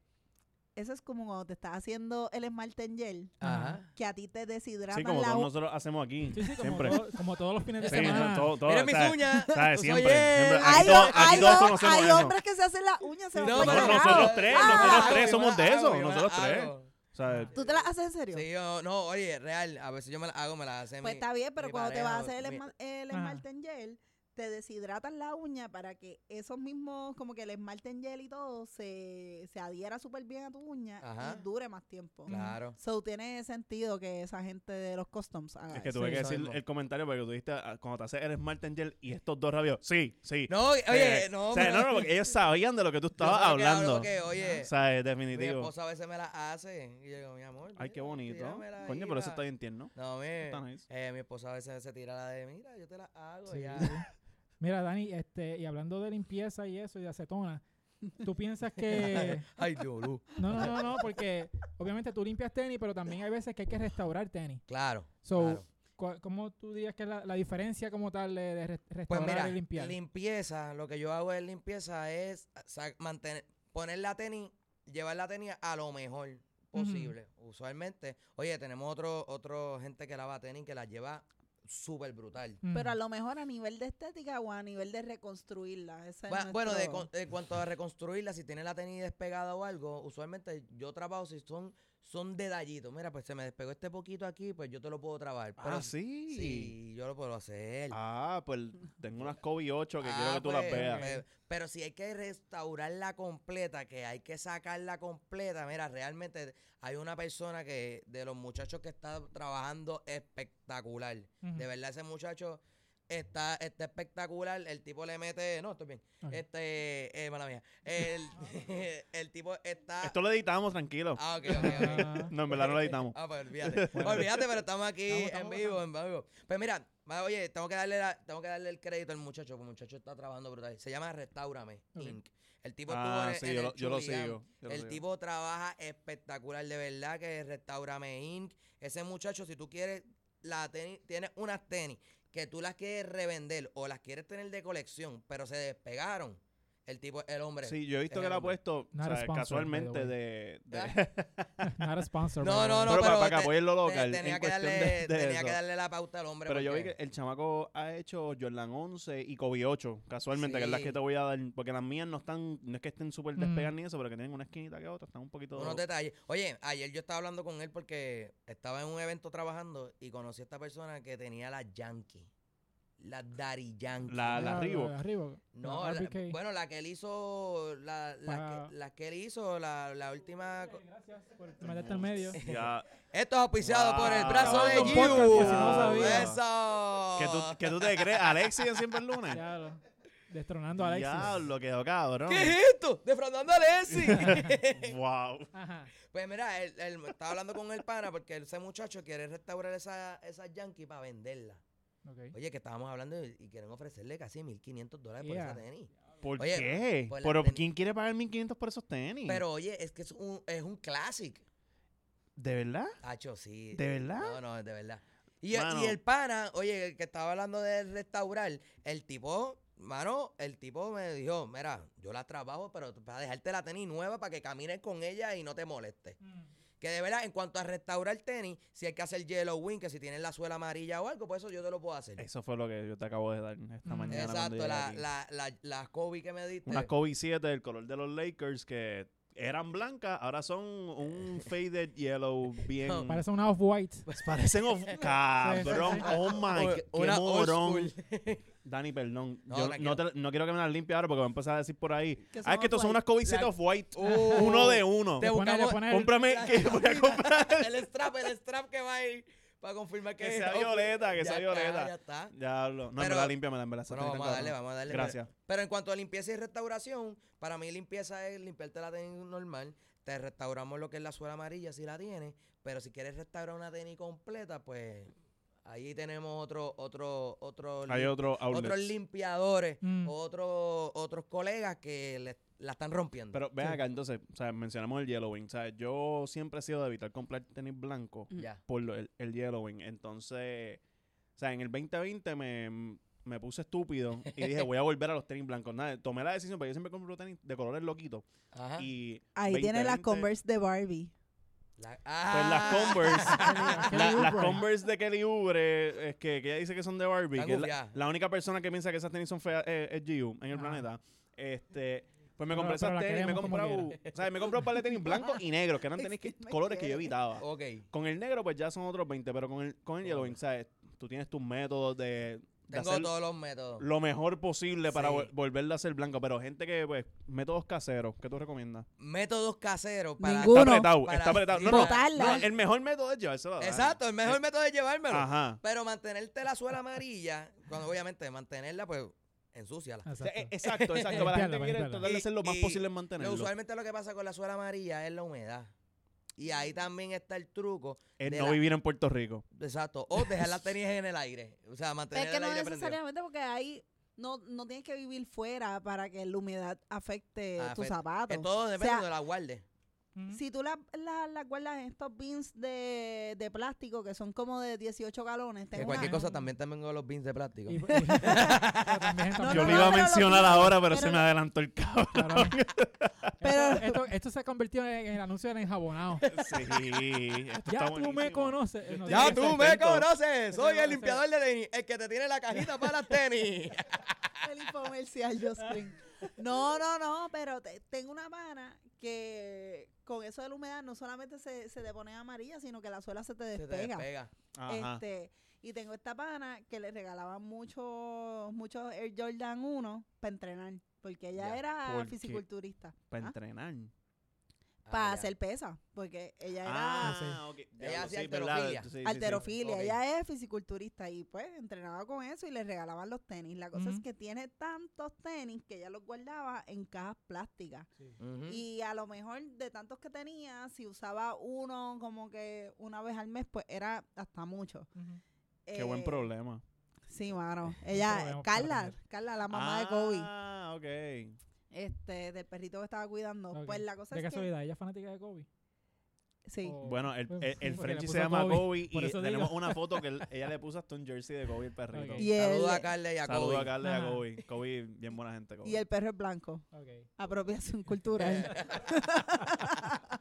D: eso es como cuando te estás haciendo el esmalte en gel,
C: Ah.
B: Ah.
C: Ajá.
D: que a ti te deshidratan
B: Sí, como
D: la
B: todos
D: u-
B: nosotros hacemos aquí.
A: Sí, sí, como,
B: siempre.
A: todo- como todos los fines de
B: Sí,
A: semana.
B: no, todo, todo,
C: Mira mis
B: ¿sabes?
C: uñas. Pues,
B: ¿Sabes?
C: Soy
B: Siempre,
C: él.
B: siempre.
D: Hay,
B: Aquí todos-
D: hom-
B: aquí
D: hay
B: todos
D: hom-
B: conocemos
D: hay
B: eso.
D: hombres que se hacen las uñas, se
C: No,
D: van
B: No,
D: para
B: no,
D: allá.
B: nosotros tres, nosotros
D: Ah,
B: tres somos de eso,
C: Ah, yo
B: nosotros
C: la
B: tres.
C: hago.
B: O sea,
D: ¿Tú te las haces en serio?
C: Sí, yo, no, oye, real, a veces yo me la hago, me la hace
D: Pues
C: mi-
D: está bien, pero
C: mi
D: cuando te vas a
C: pareja,
D: hacer el,
C: mi-
D: esma- el
A: Ajá.
D: esmalte en gel, te deshidratas la uña para que esos mismos, como que el esmalte en gel y todo, se, se adhiera súper bien a tu uña
C: Ajá.
D: y dure más tiempo.
C: Claro.
D: So, tiene sentido que esa gente de los customs haga
B: es que
D: ah, eso.
B: tuve
C: Sí,
B: que
C: eso
B: decir
C: mismo.
B: el comentario porque tú dijiste ah, cuando te haces el Smart Angel y estos dos rabios. Sí, sí.
C: No, oye,
B: Eh,
C: no,
B: o sea,
C: pero-
B: no, no, porque ellos sabían de lo que tú
C: yo
B: estabas
C: solo que hablo
B: hablando.
C: que, oye,
B: O sea, es
C: mi
B: definitivo.
C: esposa a veces me la hace y yo digo, mi amor.
B: Ay, qué
C: mira,
B: bonito.
C: tíramela
B: Coño,
C: ahí
B: pero eso
C: pa-
B: está bien tierno.
C: No, mi,
B: está nice.
C: eh, mi esposa a veces se tira la de, mira, yo te la hago
A: Sí,
C: ya.
A: sí. Mira, Dani, este, y hablando de limpieza y eso, y de acetona, tú piensas que...
C: Ay, Dios, Lu.
A: No, no, no, no, porque obviamente tú limpias tenis, pero también hay veces que hay que restaurar tenis.
C: Claro.
A: So,
C: claro.
A: cu- ¿cómo tú dirías que es la, la diferencia como tal de, de res-
C: Pues
A: restaurar
C: mira,
A: y limpiar?
C: limpieza, lo que yo hago es limpieza, es sa- mantener, poner la tenis, llevar la tenis a lo mejor posible. Usualmente, oye, tenemos otro, otro gente que lava tenis que la lleva súper brutal.
A: Mm.
D: Pero a lo mejor a nivel de estética o a nivel de reconstruirla. ese es
C: Bua- Bueno, de,
D: nuestro-
C: con- en cuanto a reconstruirla, si tiene la tenis despegada o algo, usualmente yo trabajo si son, son detallitos. Mira, pues se me despegó este poquito aquí, pues yo te lo puedo trabajar. Pero
B: Ah, sí.
C: Sí, yo lo puedo hacer.
B: Ah, pues tengo unas Kobe 8 que
C: Ah,
B: quiero que tú las
C: pues,
B: veas.
C: pues, pero si hay que restaurarla completa, que hay que sacarla completa, mira, realmente hay una persona que de los muchachos que está trabajando espectacular.
A: Ujú.
C: De verdad, ese muchacho está, está espectacular. El tipo le mete. No, estoy bien.
A: Ok.
C: Este. Eh, mala mía. El, el tipo está.
B: Esto lo editamos, tranquilo.
C: Ah, ok, ok, ok.
A: Ah.
B: No, en verdad no lo editamos.
C: Ah, pues olvídate. olvídate, pero estamos aquí
A: Estamos- estamos
C: en vivo, en vivo. Pues mira, va, oye, tengo que darle la- tengo que darle el crédito al muchacho, porque el muchacho está trabajando brutal. Se llama Restaurame
A: Ok.
C: Inc. El tipo estuvo
B: Ah,
C: en-
B: sí,
C: en
B: yo
C: el
B: lo, yo lo
C: Chuligán.
B: sigo. yo lo
C: El
B: sigo.
C: tipo trabaja espectacular, de verdad que Restaurame Inc. Ese muchacho, si tú quieres, la tenis, tienes unas tenis que tú las quieres revender o las quieres tener de colección, pero se despegaron. El tipo, el hombre.
B: Sí, yo he visto
C: es
B: que
C: el
B: la ha
C: hombre.
B: puesto
A: Not
B: o sea,
A: a sponsor, by
B: casualmente
A: the way.
B: de... de-
C: Ah.
A: Not a sponsor.
C: No,
A: by the
C: no,
A: way.
C: no,
B: pero, para,
C: pero
B: para que
C: te-
B: apoyen lo local. en
C: tenía que
B: cuestión
C: darle,
B: de- de
C: tenía
B: eso.
C: que darle la pauta al hombre.
B: Pero yo vi
C: porque-
B: que el chamaco ha hecho Jordan 11 y Kobe 8, casualmente, que es las
C: Sí.
B: que te voy a dar. Porque las mías no están, no es que estén súper
A: Mm.
B: despegadas ni eso, pero que tienen una esquinita que otra, están un poquito.
C: Unos detalles. Oye, ayer yo estaba hablando con él porque estaba en un evento trabajando y conocí a esta persona que tenía la Yankee. La Dari Yankee.
B: La- la-
A: Ah,
B: Reebok.
A: la Reebok.
C: no,
A: La
C: la-
A: RBK.
C: bueno, la que él hizo, la, la
A: Para-
C: que, la que él hizo, la, la última... co-
A: Te metiste en medio.
B: Ya,
C: Esto es auspiciado por el brazo
A: Wow.
C: de
A: Con podcast,
C: Giu.
A: que si no sabía.
C: Eso.
B: que, tú, que tú te crees, Alexis en siempre el lunes.
A: Diablo. Destronando a Alexis.
B: Diablo, quedó cabrón.
C: ¿Qué es esto? Defraudando a Alessi.
B: Wow.
A: Ajá.
C: Pues mira, él, él estaba hablando con el pana porque ese muchacho quiere restaurar esa, esa Yankee para venderla.
A: Ok.
C: Oye, que estábamos hablando y y quieren ofrecerle casi 1.500 dólares por esa
A: Yeah.
C: tenis.
B: ¿Por
C: Oye,
B: qué?
C: por la
B: pero
C: ten-
B: ¿quién quiere pagar 1500 por esos tenis?
C: Pero oye, es que es un, es un classic.
B: ¿De verdad?
C: Hacho, sí.
B: ¿De verdad?
C: No, no, de verdad. Y, el-
B: Mano.
C: y el pana, oye, el que estaba hablando de restaurar, el tipo, mano, el tipo me dijo, mira, yo la trabajo, pero para dejarte la tenis nueva para que camines con ella y no te moleste.
A: Mm.
C: Que de verdad, en cuanto a restaurar tenis, si hay que hacer yellow wing, que si tienes la suela amarilla o algo, pues eso yo te lo puedo hacer.
B: Eso fue lo que yo te acabo de dar esta
A: Mm.
B: mañana. cuando
C: Exacto,
B: llegué
C: la,
B: aquí.
C: la, la, la Kobe que me diste.
B: Unas Kobe 7 del color de los Lakers que eran blancas, ahora son un faded yellow bien.
C: No,
A: Parece una off-white.
B: Parecen of- cabrón,
A: sí.
B: oh my,
C: O-
B: qué, qué
C: una old
B: morón.
C: school.
B: Dani, perdón,
C: No,
B: yo
C: tranquilo.
B: no, te- no quiero que me las limpie ahora porque voy a empezar a decir por ahí.
D: Que pues son
B: ah, es que estos son
D: off-white.
B: unas Kobe 7
C: La-
B: of white,
C: Oh.
B: uno de uno.
C: Te
A: Le pone, le
C: buscamos-
A: pone el-
B: Cómprame,
C: la-
B: que voy a comprar
C: el strap, el strap que va a ir para confirmar que,
B: que
C: es
B: sea
C: off-
B: violeta, que
C: Ya
B: sea
C: está,
B: violeta.
C: Ya está.
B: Diablo. No,
C: Pero-
B: me la limpia, me la en verdad. está
C: Bueno, vamos a
B: bien
C: darle,
B: cabrón.
C: vamos a darle.
B: Gracias.
C: Pero en cuanto a limpieza y restauración, para mí limpieza es limpiarte la tenis normal, te restauramos lo que es la suela amarilla si la tienes, pero si quieres restaurar una tenis completa, pues ahí tenemos otro otro otro
B: Hay
C: lim-
B: otro outlet.
C: otros limpiadores,
A: Mm.
C: otros otros colegas que le- la están rompiendo.
B: Pero ven
A: Sí.
B: acá, entonces, o sea, mencionamos el yellowing. O sea, yo siempre he sido de evitar comprar tenis blanco
C: ya.
B: por lo- el, el yellowing. Entonces, o sea, en el 2020 me, me puse estúpido y dije, voy a volver a los tenis blancos. Nada, tomé la decisión, porque yo siempre compro tenis de colores loquitos.
C: Ajá.
B: Y
D: Ahí tiene
B: 2020,
D: las Converse de Barbie.
C: La-
B: Pues las
C: ¡Ah!
B: Converse. la-
A: Kelly
B: las
A: Oubre.
B: Converse de Kelly Ubre, es que, que ella dice que son de Barbie.
C: Están
B: que es la-
C: gufiadas.
B: La única persona que piensa que esas tenis son feas eh, es Giu en el
A: Ah.
B: planeta. Este, pues me
A: Pero-
B: compré
A: pero
B: esas
A: la
B: tenis, me
A: queremos como
B: compré, un, o sea, me compré un par de tenis blancos y negros, que eran
D: Es
B: tenis
D: que
B: que-
D: me
B: colores que yo
D: quiere.
B: evitaba.
C: Ok.
B: Con el negro pues ya son otros 20, pero con el con el
C: Wow.
B: yellowing, ¿sabes? Tú tienes tus métodos de, de
C: Tengo
B: hacer
C: todos los métodos.
B: lo mejor posible para
C: Sí.
B: vol- volverlo a ser blanco, pero gente que pues métodos caseros, ¿qué tú recomiendas?
C: Métodos caseros para
D: Ningún-
B: Está
D: Uno,
B: apretado,
C: para
B: está apretado. No, no,
D: botarla.
B: no, el mejor método es llevárselo. a Dani.
C: Exacto, el mejor método es llevármelo.
B: Ajá.
C: Pero mantenerte la suela amarilla, cuando obviamente mantenerla, pues ensúciala.
B: O sea,
A: Exacto.
B: e- Exacto, exacto. Para la gente
A: Limpiarla,
B: que quiere
A: limpiarla.
B: tratar de
C: Y-
B: hacer Ah, lo más
C: y
B: posible en
C: Pero
B: mantenerlo.
C: usualmente lo que pasa con la suela amarilla es la humedad. Y ahí también está el truco.
B: Es
C: de
B: no
C: la-
B: vivir en Puerto Rico.
C: Exacto. O dejar las tenis en el aire. O sea, mantener
D: Es que
C: el
D: no
C: aire prendido.
D: necesariamente porque ahí no, no tienes que vivir fuera para que la humedad afecte
C: Ah,
D: tus
C: afecta.
D: zapatos.
C: Que todo depende
D: sea,
C: de la guarde.
A: Mm.
D: Si tú las la, las guardas en estos bins de, de plástico que son como de 18 galones,
C: Que
D: tengo
C: cualquier
D: una-
C: cosa también tengo los bins de plástico.
A: Y- y- pero también-
D: No,
A: también-
B: Yo
D: no,
B: lo iba a
D: pero lo
B: mencionar
D: mismo,
B: ahora, pero, se
D: pero-
B: me adelantó el cabrón.
A: Cabrón.
D: Pero-
A: esto, esto, esto se ha convertido en, en el anuncio del enjabonado.
B: Sí, esto
A: Ya
B: está
A: tú me
B: buenísimo.
A: conoces. Eh, no,
B: Ya
A: sí,
B: tú me contento.
C: conoces.
A: Soy el limpiador
C: de tenis. El que te tiene la cajita para las tenis.
D: El infomercial, Jocelyn. No, no, no, pero te- tengo una pana que con eso de la humedad no solamente se, se te pone amarilla, sino que la suela se te
C: Se
D: despega.
C: te despega.
B: Ajá.
D: Este, y tengo esta pana que le regalaban muchos muchos Air Jordan 1 para entrenar, porque ella
C: Ya,
D: era
B: porque-
D: fisiculturista.
B: Para entrenar.
C: Ah,
D: Para
C: ya.
D: hacer pesa, porque ella era
B: Ah, ok. Diablo,
C: hacía
B: sí, verdad,
C: alterofilia.
B: sí, sí, sí.
D: alterofilia,
C: ok.
D: ella es fisiculturista y pues entrenaba con eso y le regalaban los tenis. La cosa es
A: Ujú.
D: que tiene tantos tenis que ella los guardaba en cajas plásticas.
C: Ujú.
D: Y a lo mejor de tantos que tenía, si usaba uno como que una vez al mes, pues era hasta mucho.
A: Ujú.
B: Qué buen
D: Eh,
B: problema.
D: Sí, mano. Ella,
A: podemos
D: Carla,
A: perder.
D: Carla, la mamá de Kobe,
B: Ah, ok.
D: este, del perrito que estaba cuidando.
A: Ok.
D: Pues la cosa
A: De
D: es que...
A: casualidad, ella es fanática de Kobe.
D: Sí.
A: O- Pues,
B: Bueno, el, el,
A: Oh. Porque le
B: el Frenchie
A: puso
B: se llama
A: Kobe,
B: Kobe,
A: por
B: y
A: eso
B: tenemos
A: digo.
B: una foto que él- ella le puso hasta un jersey de Kobe el perrito.
A: Ok.
D: Y el,
C: Saludos a Carla y a
B: Saludos a
C: Kobe.
B: Carla y a
A: Ajá.
B: Kobe. Kobe, bien buena gente, Kobe.
D: y el perro es blanco.
A: Ok.
D: Apropiación cultural.
B: Eh.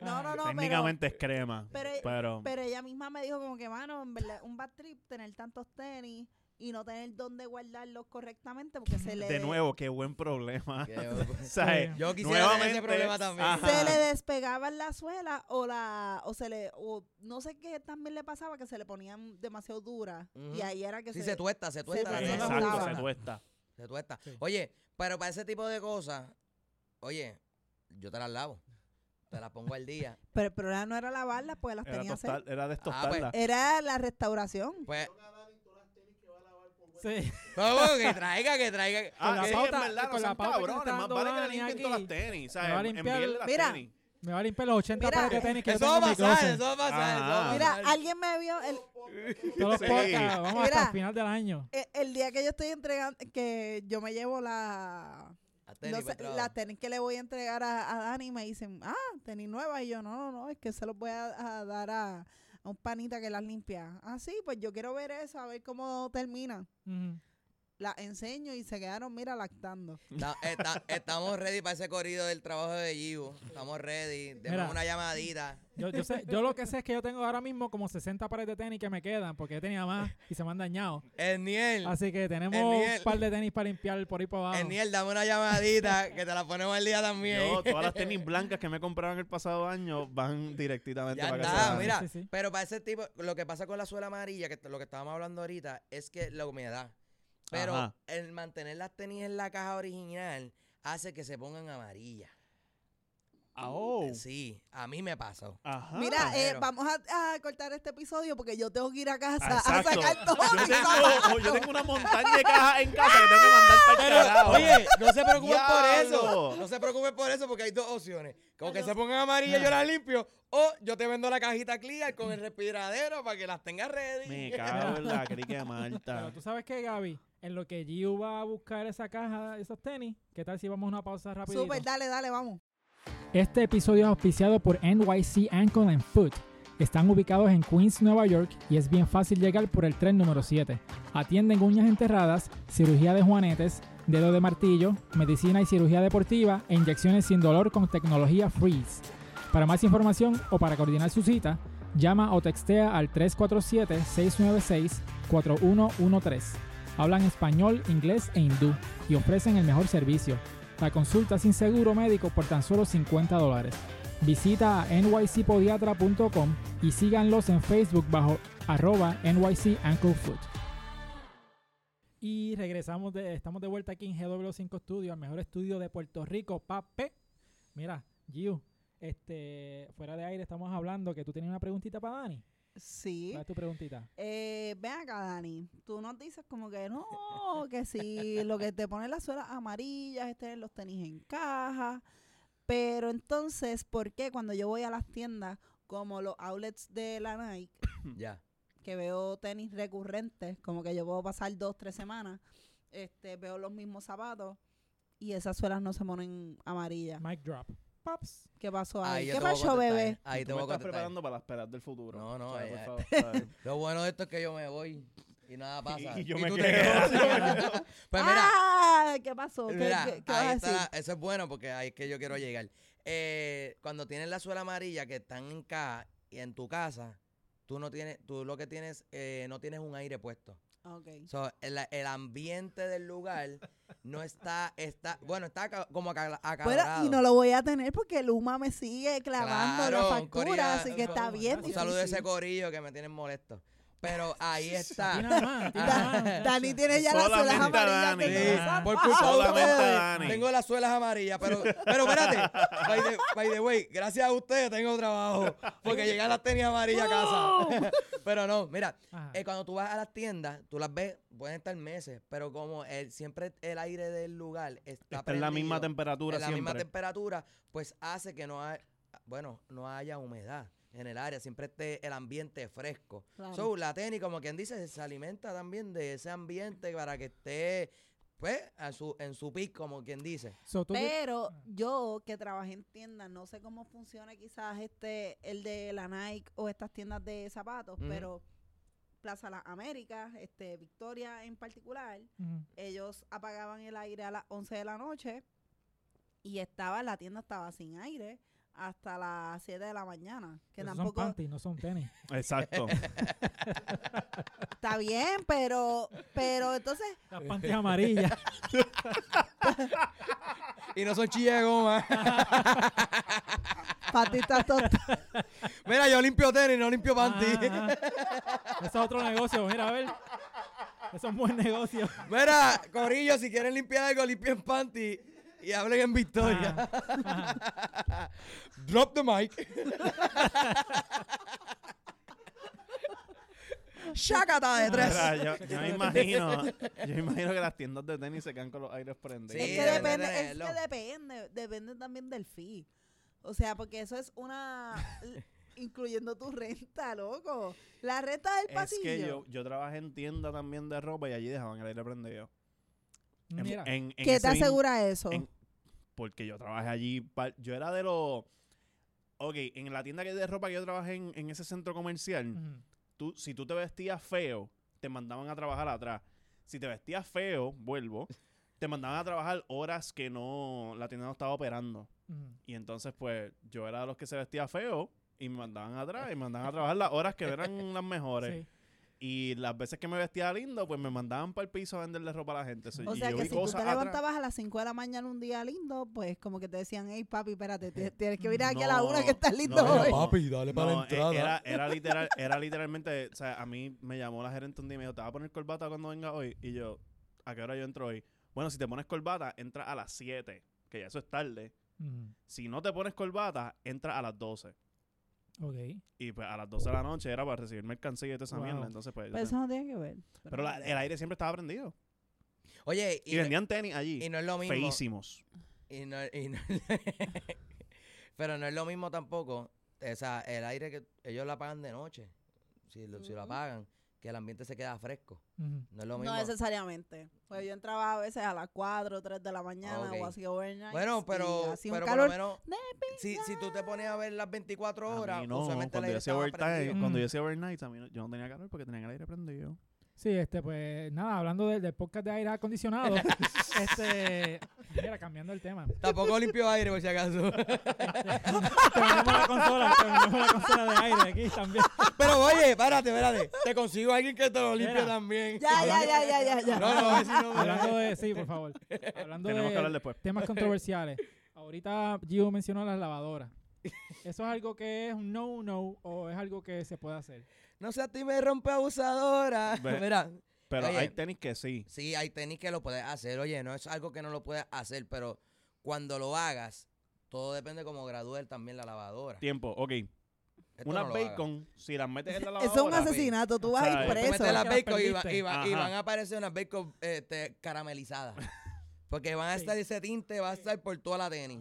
D: no, no, no. pero-
B: Técnicamente es crema,
D: pero-
B: pero,
D: Pero ella misma me dijo como que, mano, en verdad, un bad trip tener tantos tenis y no tener dónde guardarlos correctamente porque se le...
B: de nuevo, qué buen problema. eh,
C: Que-
B: ¿Sabes?
A: Sí.
C: Yo quisiera tener ese
B: Nuevamente,
C: problema también.
B: ajá.
D: Se le despegaban la suela o la o se le o no sé qué también le pasaba que se le ponían demasiado duras
C: Ujú.
D: y ahí era que
C: Sí,
D: se,
C: se tuesta, se tuesta. la
D: tuesta,
C: tela.
D: no la
B: Exacto,
D: usaba.
B: se tuesta.
A: Ah,
C: Se tuesta.
A: Sí.
C: Oye, pero para ese tipo de cosas, oye, yo te las lavo. Te las pongo al día.
D: pero el problema no era lavarlas pues las
B: Era,
D: tenía
B: tostar,
D: sed.
B: era
C: Ah,
A: pues,
B: destostarla.
A: eh,
D: Era la restauración.
C: Pues,
A: Sí.
C: vamos, que traiga, que traiga.
A: Con la
B: Ah, sí,
A: pauta-
B: es verdad,
A: con
B: no
A: la
B: son
A: pauta que te
B: cabrones,
A: está
B: más
A: dando
B: vale que le
A: Dani
B: limpien
A: aquí.
B: todas las tenis,
A: Me va a
B: ¿sabes?
A: limpiar-
B: Envíenle las
D: Mira.
B: tenis.
A: Me va a limpiar los 80
D: Mira.
A: pares de tenis que yo
C: Eso
A: tengo
C: va a
A: en mi
C: pasar,
A: closet.
C: eso va a pasar. eso va a
B: Ajá.
D: Mira,
C: pasar.
D: alguien me vio el,
A: Todos los
B: Sí.
A: podcasts, vamos hasta el
D: Mira.
A: final del año.
D: el- e, el día que yo estoy entregando que yo me llevo la
C: A tenis,
D: no
C: buen
D: sé,
C: trabajo.
D: las tenis que le voy a entregar a, a Dani me dicen, ah, tenis nuevas. Y yo, no, no, no, es que se los voy a, a dar a, a un panita que las limpia. Ah, sí, pues yo quiero ver eso, a ver cómo termina.
A: Ujú.
D: Las enseño y se quedaron, mira, lactando.
C: Ta- esta- estamos ready para ese corrido del trabajo de Givo. Estamos ready. Demos
A: Mira.
C: una llamadita.
A: Yo, yo, sé- yo lo que sé es que yo tengo ahora mismo como 60 pares de tenis que me quedan porque yo tenía más y se me han dañado.
C: El Niel,
A: Así que tenemos
C: Eniel.
A: un par de tenis para limpiar por ahí para abajo.
C: el Niel, dame una llamadita que te la ponemos el día también.
B: Yo, todas las tenis blancas que me compraron el pasado año van directamente
C: Ya
B: para
C: está,
B: casa. de Dani.
C: mira.
A: Sí, sí.
C: Pero para ese tipo, lo que pasa con la suela amarilla, que t- lo que estábamos hablando ahorita, es que la humedad. Pero
B: Ajá.
C: el mantener las tenis en la caja original hace que se pongan amarillas.
B: Ah, oh.
C: Sí, a mí me pasó.
B: Ajá.
D: Mira, eh,
C: pero-
D: vamos a, a cortar este episodio porque yo tengo que ir a casa
B: Ah, Exacto.
D: a sacar todo
B: Yo
D: mi
B: tengo, yo tengo una montaña de cajas en casa que tengo que mandar para el carajo.
C: Oye, no se preocupen por
B: Diablo.
C: eso. No se preocupen por eso porque hay dos opciones. Como que se pongan amarillas yo las limpio. O yo te vendo la cajita clear con el respiradero para que las tengas ready.
B: Me cago en la crica de Marta.
A: Pero tú sabes que, Gaby, en lo que Giu va a buscar esa caja, esos tenis, ¿qué tal si vamos a una pausa rápida?
D: Super, dale, dale, vamos.
A: Este episodio es auspiciado por NYC Ankle and Foot. Están ubicados en Queens, Nueva York y es bien fácil llegar por el tren número 7. Atienden uñas enterradas, cirugía de juanetes, dedo de martillo, medicina y cirugía deportiva e inyecciones sin dolor con tecnología Freeze. Para más información o para coordinar su cita, llama o textea al 347-696-4113. Hablan español, inglés e hindú y ofrecen el mejor servicio. La consulta sin seguro médico por tan solo 50 dólares. Visita a nycpodiatra.com y síganlos en Facebook bajo arroba NYC Ankle Foot. Y regresamos, de, estamos de vuelta aquí en GW5 Studio, el mejor estudio de Puerto Rico, pape. Mira, Giu, este, fuera de aire estamos hablando que tú tenías una preguntita para Dani.
D: Sí.
A: ¿Cuál es tu preguntita?
D: Eh, ven acá, Dani. Tú nos dices como que no, que si lo que te ponen las suelas amarillas este es tener los tenis en caja. Pero entonces, ¿por qué cuando yo voy a las tiendas como los outlets de la Nike,
C: Ya.
D: que veo tenis recurrentes, como que yo puedo pasar dos, tres semanas, este, veo los mismos zapatos y esas suelas no se ponen amarillas?
A: Mic drop. Pops.
D: ¿Qué pasó
C: Ahí
D: ahí?
C: yo
D: ¿Qué
C: te voy a
D: pasó,
C: contestar.
D: bebé?
C: Ahí
B: Tú
C: te
B: me
C: voy
B: estás
C: a contestar.
B: preparando para las peras del futuro.
C: No, no,
B: ¿sabes?
C: eh,
B: Por favor,
C: Lo bueno de esto es que yo me voy y nada pasa.
B: Y- y yo
C: Y
B: me
C: tú te
B: quedo.
C: quedas. pues mira,
D: ¡Ah! ¿Qué pasó? ¿Qué,
C: mira,
D: qué- qué
C: ahí
D: vas a
C: está
D: decir?
C: la- eso es bueno porque ahí es que yo quiero llegar. Eh, cuando tienes la suela amarilla que están en caja y en tu casa, tú no tienes, tú lo que tienes, eh, no tienes un aire puesto.
D: Ok.
C: So, el, el ambiente del lugar no está, está, bueno, está aca- como aca-
D: Bueno,
C: acalorado.
D: y no lo voy a tener porque Luma me sigue clavando
C: Claro,
D: la
C: un corea-
D: factura, así que está bien
C: Un
D: difícil.
C: saludo a ese corillo que me tienen molesto. Pero ahí está.
A: Aquí nada más, aquí nada más,
D: Da-
A: muchacho.
D: Dani tiene ya las
B: Solamente
D: olas amarillas
B: Dani.
D: de
C: Ah, Sí,
A: Ah.
C: por culpa de
B: Solamente
C: ustedes.
B: Dani.
C: Tengo las suelas amarillas, pero, pero espérate. By the, by the way, gracias a ustedes tengo trabajo. Porque llegan las tenis amarillas a casa. pero no, mira,
A: Ajá.
C: eh, cuando tú vas a las tiendas, tú las ves, pueden estar meses, pero como el- siempre el aire del lugar está,
B: Está en la misma
C: prendido,
B: temperatura
C: en la misma
B: siempre.
C: temperatura, pues hace que no hay, bueno, no haya humedad en el área, siempre esté el ambiente fresco.
D: Claro.
C: So, la tenis, como quien dice, se alimenta también de ese ambiente para que esté, pues, a su, en su pic, como quien dice.
A: So, tú-
D: Pero yo que trabajé en tiendas, no sé cómo funciona quizás este el de la Nike o estas tiendas de zapatos,
C: Ujú.
D: pero Plaza Las Américas, este Victoria en particular,
A: Ujú.
D: ellos apagaban el aire a las 11 de la noche y estaba la tienda estaba sin aire hasta las 7 de la mañana, que
A: Esos
D: tampoco
A: son panties, no son tenis.
B: Exacto.
D: Está bien, pero, pero entonces,
A: Las panties amarillas.
C: Y no son chillas de goma.
D: patita tostada.
C: Mira, yo limpio tenis, no limpio panty.
A: Ah, ah. Ese es otro negocio, mira, a ver. Eso es un buen negocio.
C: Mira, Corillo, si quieren limpiar algo, limpien panty y hablen en Victoria.
A: Ah,
C: Drop the mic. Shakata de tres.
B: Mira, yo, yo me imagino, yo me imagino que las tiendas de tenis se quedan con los aires
C: Sí,
B: prendidos.
D: es que
C: deben de
D: depende, es
C: tenerlo.
D: que depende, depende también del fee. O sea, porque eso es una l- incluyendo tu renta, loco. La renta del
B: Es
D: pasillo.
B: que yo, yo trabajé en tienda también de ropa y allí dejaban el aire prendido. En-
A: mira.
B: en- en
D: ¿Qué te
B: ese mismo-
D: asegura eso?
B: en- porque yo trabajé allí. pa- Yo era de los. Ok, en la tienda que de ropa que yo trabajé en, en ese centro comercial,
A: Ujú.
B: tú, si tú te vestías feo, te mandaban a trabajar atrás. Si te vestías feo, vuelvo, te mandaban a trabajar horas que no la tienda no estaba operando.
A: Ujú.
B: Y entonces, pues, yo era de los que se vestía feo y me mandaban atrás y me mandaban a trabajar las horas que eran las mejores.
A: Sí.
B: Y las veces que me vestía lindo, pues me mandaban para el piso a venderle ropa a la gente. So,
D: O
B: y
D: sea
B: yo
D: que
B: vi
D: si tú
B: cosas
D: te
B: atrás.
D: levantabas a las 5 de la mañana un día lindo, pues como que te decían, hey papi, espérate, te- tienes que venir aquí a
B: Eh,
D: la
B: No,
D: una que estás lindo
B: no,
D: hoy.
B: no.
E: papi, dale para
B: No,
E: la
B: e-
E: entrada.
B: Era, era, literal, era literalmente, o sea, a mí me llamó la gerente un día y me dijo, ¿te vas a poner corbata cuando venga hoy? Y yo, ¿a qué hora yo entro hoy? Bueno, si te pones corbata, entra a las 7, que ya eso es tarde.
A: Ujú.
B: Si no te pones corbata, entra a las 12.
A: Ok.
B: Y pues a las 12 de la noche era para recibir mercancía y toda esa
A: Wow.
B: mierda. Entonces, pues.
D: Pero eso no tiene que ver.
B: pero la- el aire siempre estaba prendido.
C: Oye,
B: Y,
C: y, no,
B: vendían tenis allí.
C: y no es lo mismo.
B: feísimos.
C: Y no, y no- pero no es lo mismo tampoco. O sea, el aire que ellos lo apagan de noche, si lo, si lo
D: Ujú.
C: apagan, que el ambiente se queda fresco.
A: Ujú.
C: No es lo mismo.
D: No necesariamente. Pues yo entraba a veces a las 4 o 3 de la mañana
C: Ok.
D: o así overnight.
C: bueno, pero,
D: así
C: pero
D: un
C: por lo
D: calor.
C: menos,
D: de
C: si, si tú te ponías a ver las 24
B: A
C: horas,
B: mí no,
C: usualmente el
B: cuando
C: aire
B: yo hacía
C: estaba
B: overtime,
C: prendido.
A: Mm.
B: cuando yo hacía overnight, a mí no- yo no tenía calor porque tenía el aire prendido.
A: Sí, este, pues nada, hablando del, del podcast de aire acondicionado, este, mira, cambiando el tema.
C: Tampoco limpio aire, por si acaso.
A: Te vendemos la consola, te vendemos la consola de aire aquí también.
C: pero oye, espérate, espérate. Te consigo a alguien que te lo limpie
A: Mira.
C: también.
D: Ya, ya, ya, ya, ya, ya.
C: No, no, si no.
A: Hablando de, sí, por favor. Hablando
B: Tenemos que hablar
A: de
B: después.
A: temas controversiales. Ahorita Gio mencionó las lavadoras. ¿Eso es algo que es un no-no o es algo que se puede hacer?
C: No seas ti me rompe abusadora.
B: Ve.
C: Mira,
B: Pero
C: Oye.
B: hay tenis que sí.
C: Sí, hay tenis que lo puedes hacer. Oye, no es algo que no lo puedes hacer, pero cuando lo hagas, todo depende cómo gradúe también la lavadora.
B: Tiempo, ok.
C: Esto
B: Unas
C: no lo hagas.
B: bacon, si las metes en la
D: Eso
B: lavadora.
D: es un
C: papi.
D: asesinato, tú vas
B: O sea,
D: a ir
B: tú
C: Te
D: preso.
C: metes
A: eso.
C: la
A: Que las
C: bacon y, va- y
A: perdiste.
C: va- y
B: Ajá.
C: van a aparecer unas bacon este, caramelizadas. Porque van a
A: Sí.
C: estar ese tinte, va a estar por toda la tenis.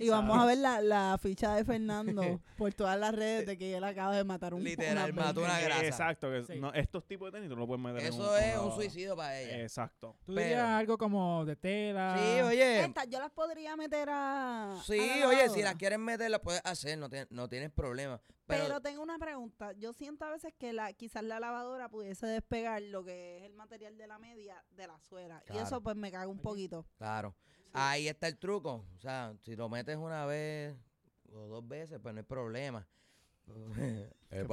D: Y vamos a ver la, la ficha de Fernando por todas las redes de que él acaba de matar un
C: Literal,
D: una
C: mató una
D: vez.
B: Eh,
C: grasa.
B: Exacto. que
A: Sí.
B: no- estos tipos de tenis tú no lo puedes meter en
C: Eso es un
B: una-
C: suicidio para ella.
B: Exacto.
A: ¿Tú
C: Pero-
A: dirías ah, algo como de tela?
C: Sí, oye.
D: Estas yo las podría meter a.
C: Sí,
D: a la
C: oye, si
D: lavadora.
C: las quieres meter, las puedes hacer, no, tienes- no tienes problema.
D: Pero,
C: Pero,
D: tengo una pregunta. Yo siento a veces que la, quizás la lavadora pudiese despegar lo que es el material de la media de la suela. Y
C: Claro.
D: eso pues me caga un poquito.
C: Claro. Ahí está el truco. O sea, si lo metes una vez o dos veces, pues no hay problema.
B: ¿Qué,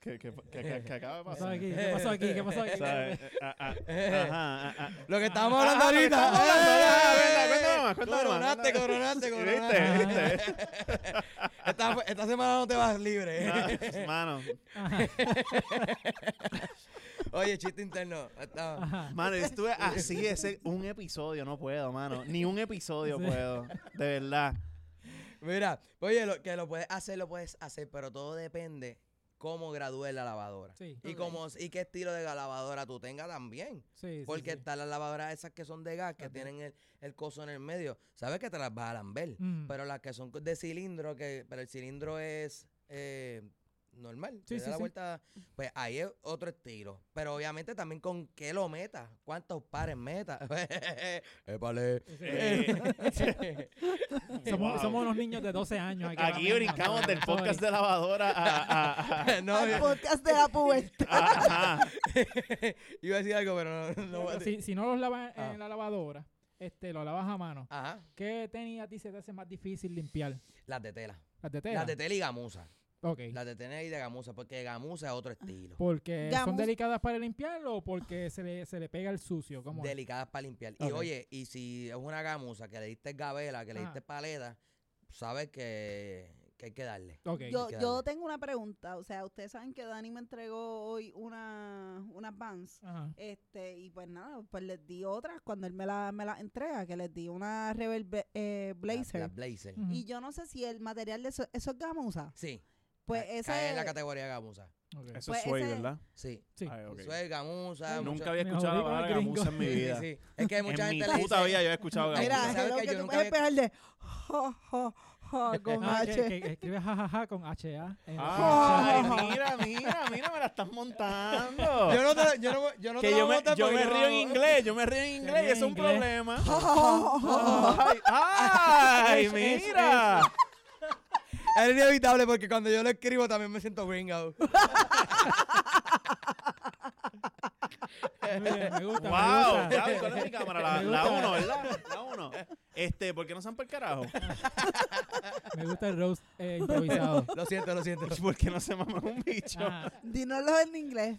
B: qué, qué- qué- qué- qué acaba de
A: ¿Qué pasó
B: pasar?
A: aquí? ¿Qué pasó aquí? ¿Qué pasó aquí?
B: O sea, eh, ah, ah, ajá, ah, ah.
C: Lo que estábamos
B: Ah,
C: hablando
B: lo que
C: ahorita.
B: estábamos hablando,
C: ¡Eh!
B: cuéntame más, cuéntame más,
C: Coronaste,
B: cuéntame
C: coronaste,
B: Sí,
C: coronaste.
B: ¿Viste? ¿Viste?
C: Esta, esta semana no te vas libre.
B: Ah, Mano,
A: Ajá,
C: Oye, chiste interno. Está-
A: ajá.
B: mano, yo estuve así ese un episodio, no puedo, mano. Ni un episodio
A: Sí.
B: puedo. De verdad.
C: Mira, oye, lo, que lo puedes hacer, lo puedes hacer, pero todo depende cómo gradúes la lavadora.
A: Sí, sí,
C: Y, cómo, y qué estilo de lavadora tú tengas también.
A: sí,
C: Porque
A: sí.
C: están las lavadoras esas que son de gas, que
A: Las de-
C: tienen el, el coso en el medio. Sabes que te las vas a lamber.
A: Mm.
C: Pero las que son co- de cilindro, que pero el cilindro es eh, normal.
A: Sí,
C: te
A: sí,
C: da la
A: sí.
C: vuelta. Pues ahí es otro estilo. Pero obviamente también con qué lo metas. ¿Cuántos pares metas? Épale.
A: Sí.
C: Eh.
A: Somos,
B: Wow.
A: somos unos niños de 12 años. Aquí, ahora
B: Aquí
A: mismo,
B: brincamos
A: sorry,
B: del podcast
A: sorry.
B: de lavadora a- a- a-
C: no,
D: Al
C: yo-
D: podcast de la pubertad.
B: a- ajá.
C: iba a decir algo, pero no. no voy
A: Pero
C: a decir.
A: si, si no los lavas
C: Ah.
A: en la lavadora, este, lo lavas a mano.
C: Ajá.
A: ¿Qué tenis a ti se te hace más difícil limpiar?
C: Las de tela.
A: ¿Las de tela?
C: Las de tela y gamusa.
A: Ok.
C: Las de tela y de gamusa, porque gamusa es otro estilo.
A: ¿Porque son
D: Gamus-
A: delicadas para limpiarlo o porque se le, se le pega el sucio? ¿Cómo es?
C: delicadas para limpiar. Y
A: Ok.
C: oye, y si es una gamusa que le diste gabela, que le
A: Ajá.
C: diste paleta, sabes que, que hay que darle.
A: Ok.
D: Yo,
C: que
D: yo
C: darle.
D: tengo una pregunta. O sea, ustedes saben que Dani me entregó hoy una, unas Vans.
A: Ajá.
D: Este, y pues nada, pues les di otras cuando él me las me las entrega, que les di una Rebel Bla- eh,
C: La-
D: Blazer.
C: la blazer.
A: Ujú.
D: Y yo no sé si el material de eso, eso es gamusa.
C: Sí.
D: Pues
C: ca-
D: esa
C: cae en la
D: es-
C: categoría gamusa.
A: Ok.
B: Eso
D: Pues
B: es Sway,
D: ese-
B: ¿verdad?
C: Sí.
A: Sí.
B: Ah, ok.
C: Eso es gamusa.
A: Ay,
B: Nunca
C: mucha-
B: había
A: Me
B: escuchado la
A: jodí con el
B: palabra gamusa en mi
C: Sí,
B: vida.
C: sí. Es que mucha
B: en mi
C: gente le
B: puta
C: dice-
B: vida yo he escuchado
C: Mira,
B: gamusa.
D: Mira,
C: ¿sabes
D: lo
C: que
D: que,
C: yo
D: tú
C: nunca
D: puedes
C: había-
D: pegar el de jo, jo, jo, con
A: Ah, que,
D: H.
A: que- que escribe jajaja con ¿ah? Eh, HA. en
B: Ah.
A: la
B: Ay,
A: plancha.
B: mira, mira, mira, me la estás
C: Yo
B: montando.
C: no te lo- yo no, yo no te
B: Que
C: lo
B: yo
C: voy a
B: me,
C: botar
B: yo
C: porque
B: me
C: yo no
B: río en
C: lo-
B: inglés, yo me río en inglés y
A: ríes
B: es un
A: en inglés.
B: problema.
D: Jo, jo, jo, jo.
B: Ay, ay,
A: Es- es-
B: mira.
C: Era inevitable porque cuando yo lo escribo también me siento gringo.
A: Muy bien, me gusta.
B: ¡Wow!
A: Me gusta.
B: Gaby, ¿Cuál es mi cámara? La,
A: Me
B: la
A: gusta.
B: uno, ¿verdad? La uno. Este, ¿por qué no se han para el carajo?
A: Me gusta el roast eh, improvisado.
C: Lo siento, lo siento.
B: ¿Por qué no se mama un bicho?
A: Ajá.
D: Dínoslo en inglés.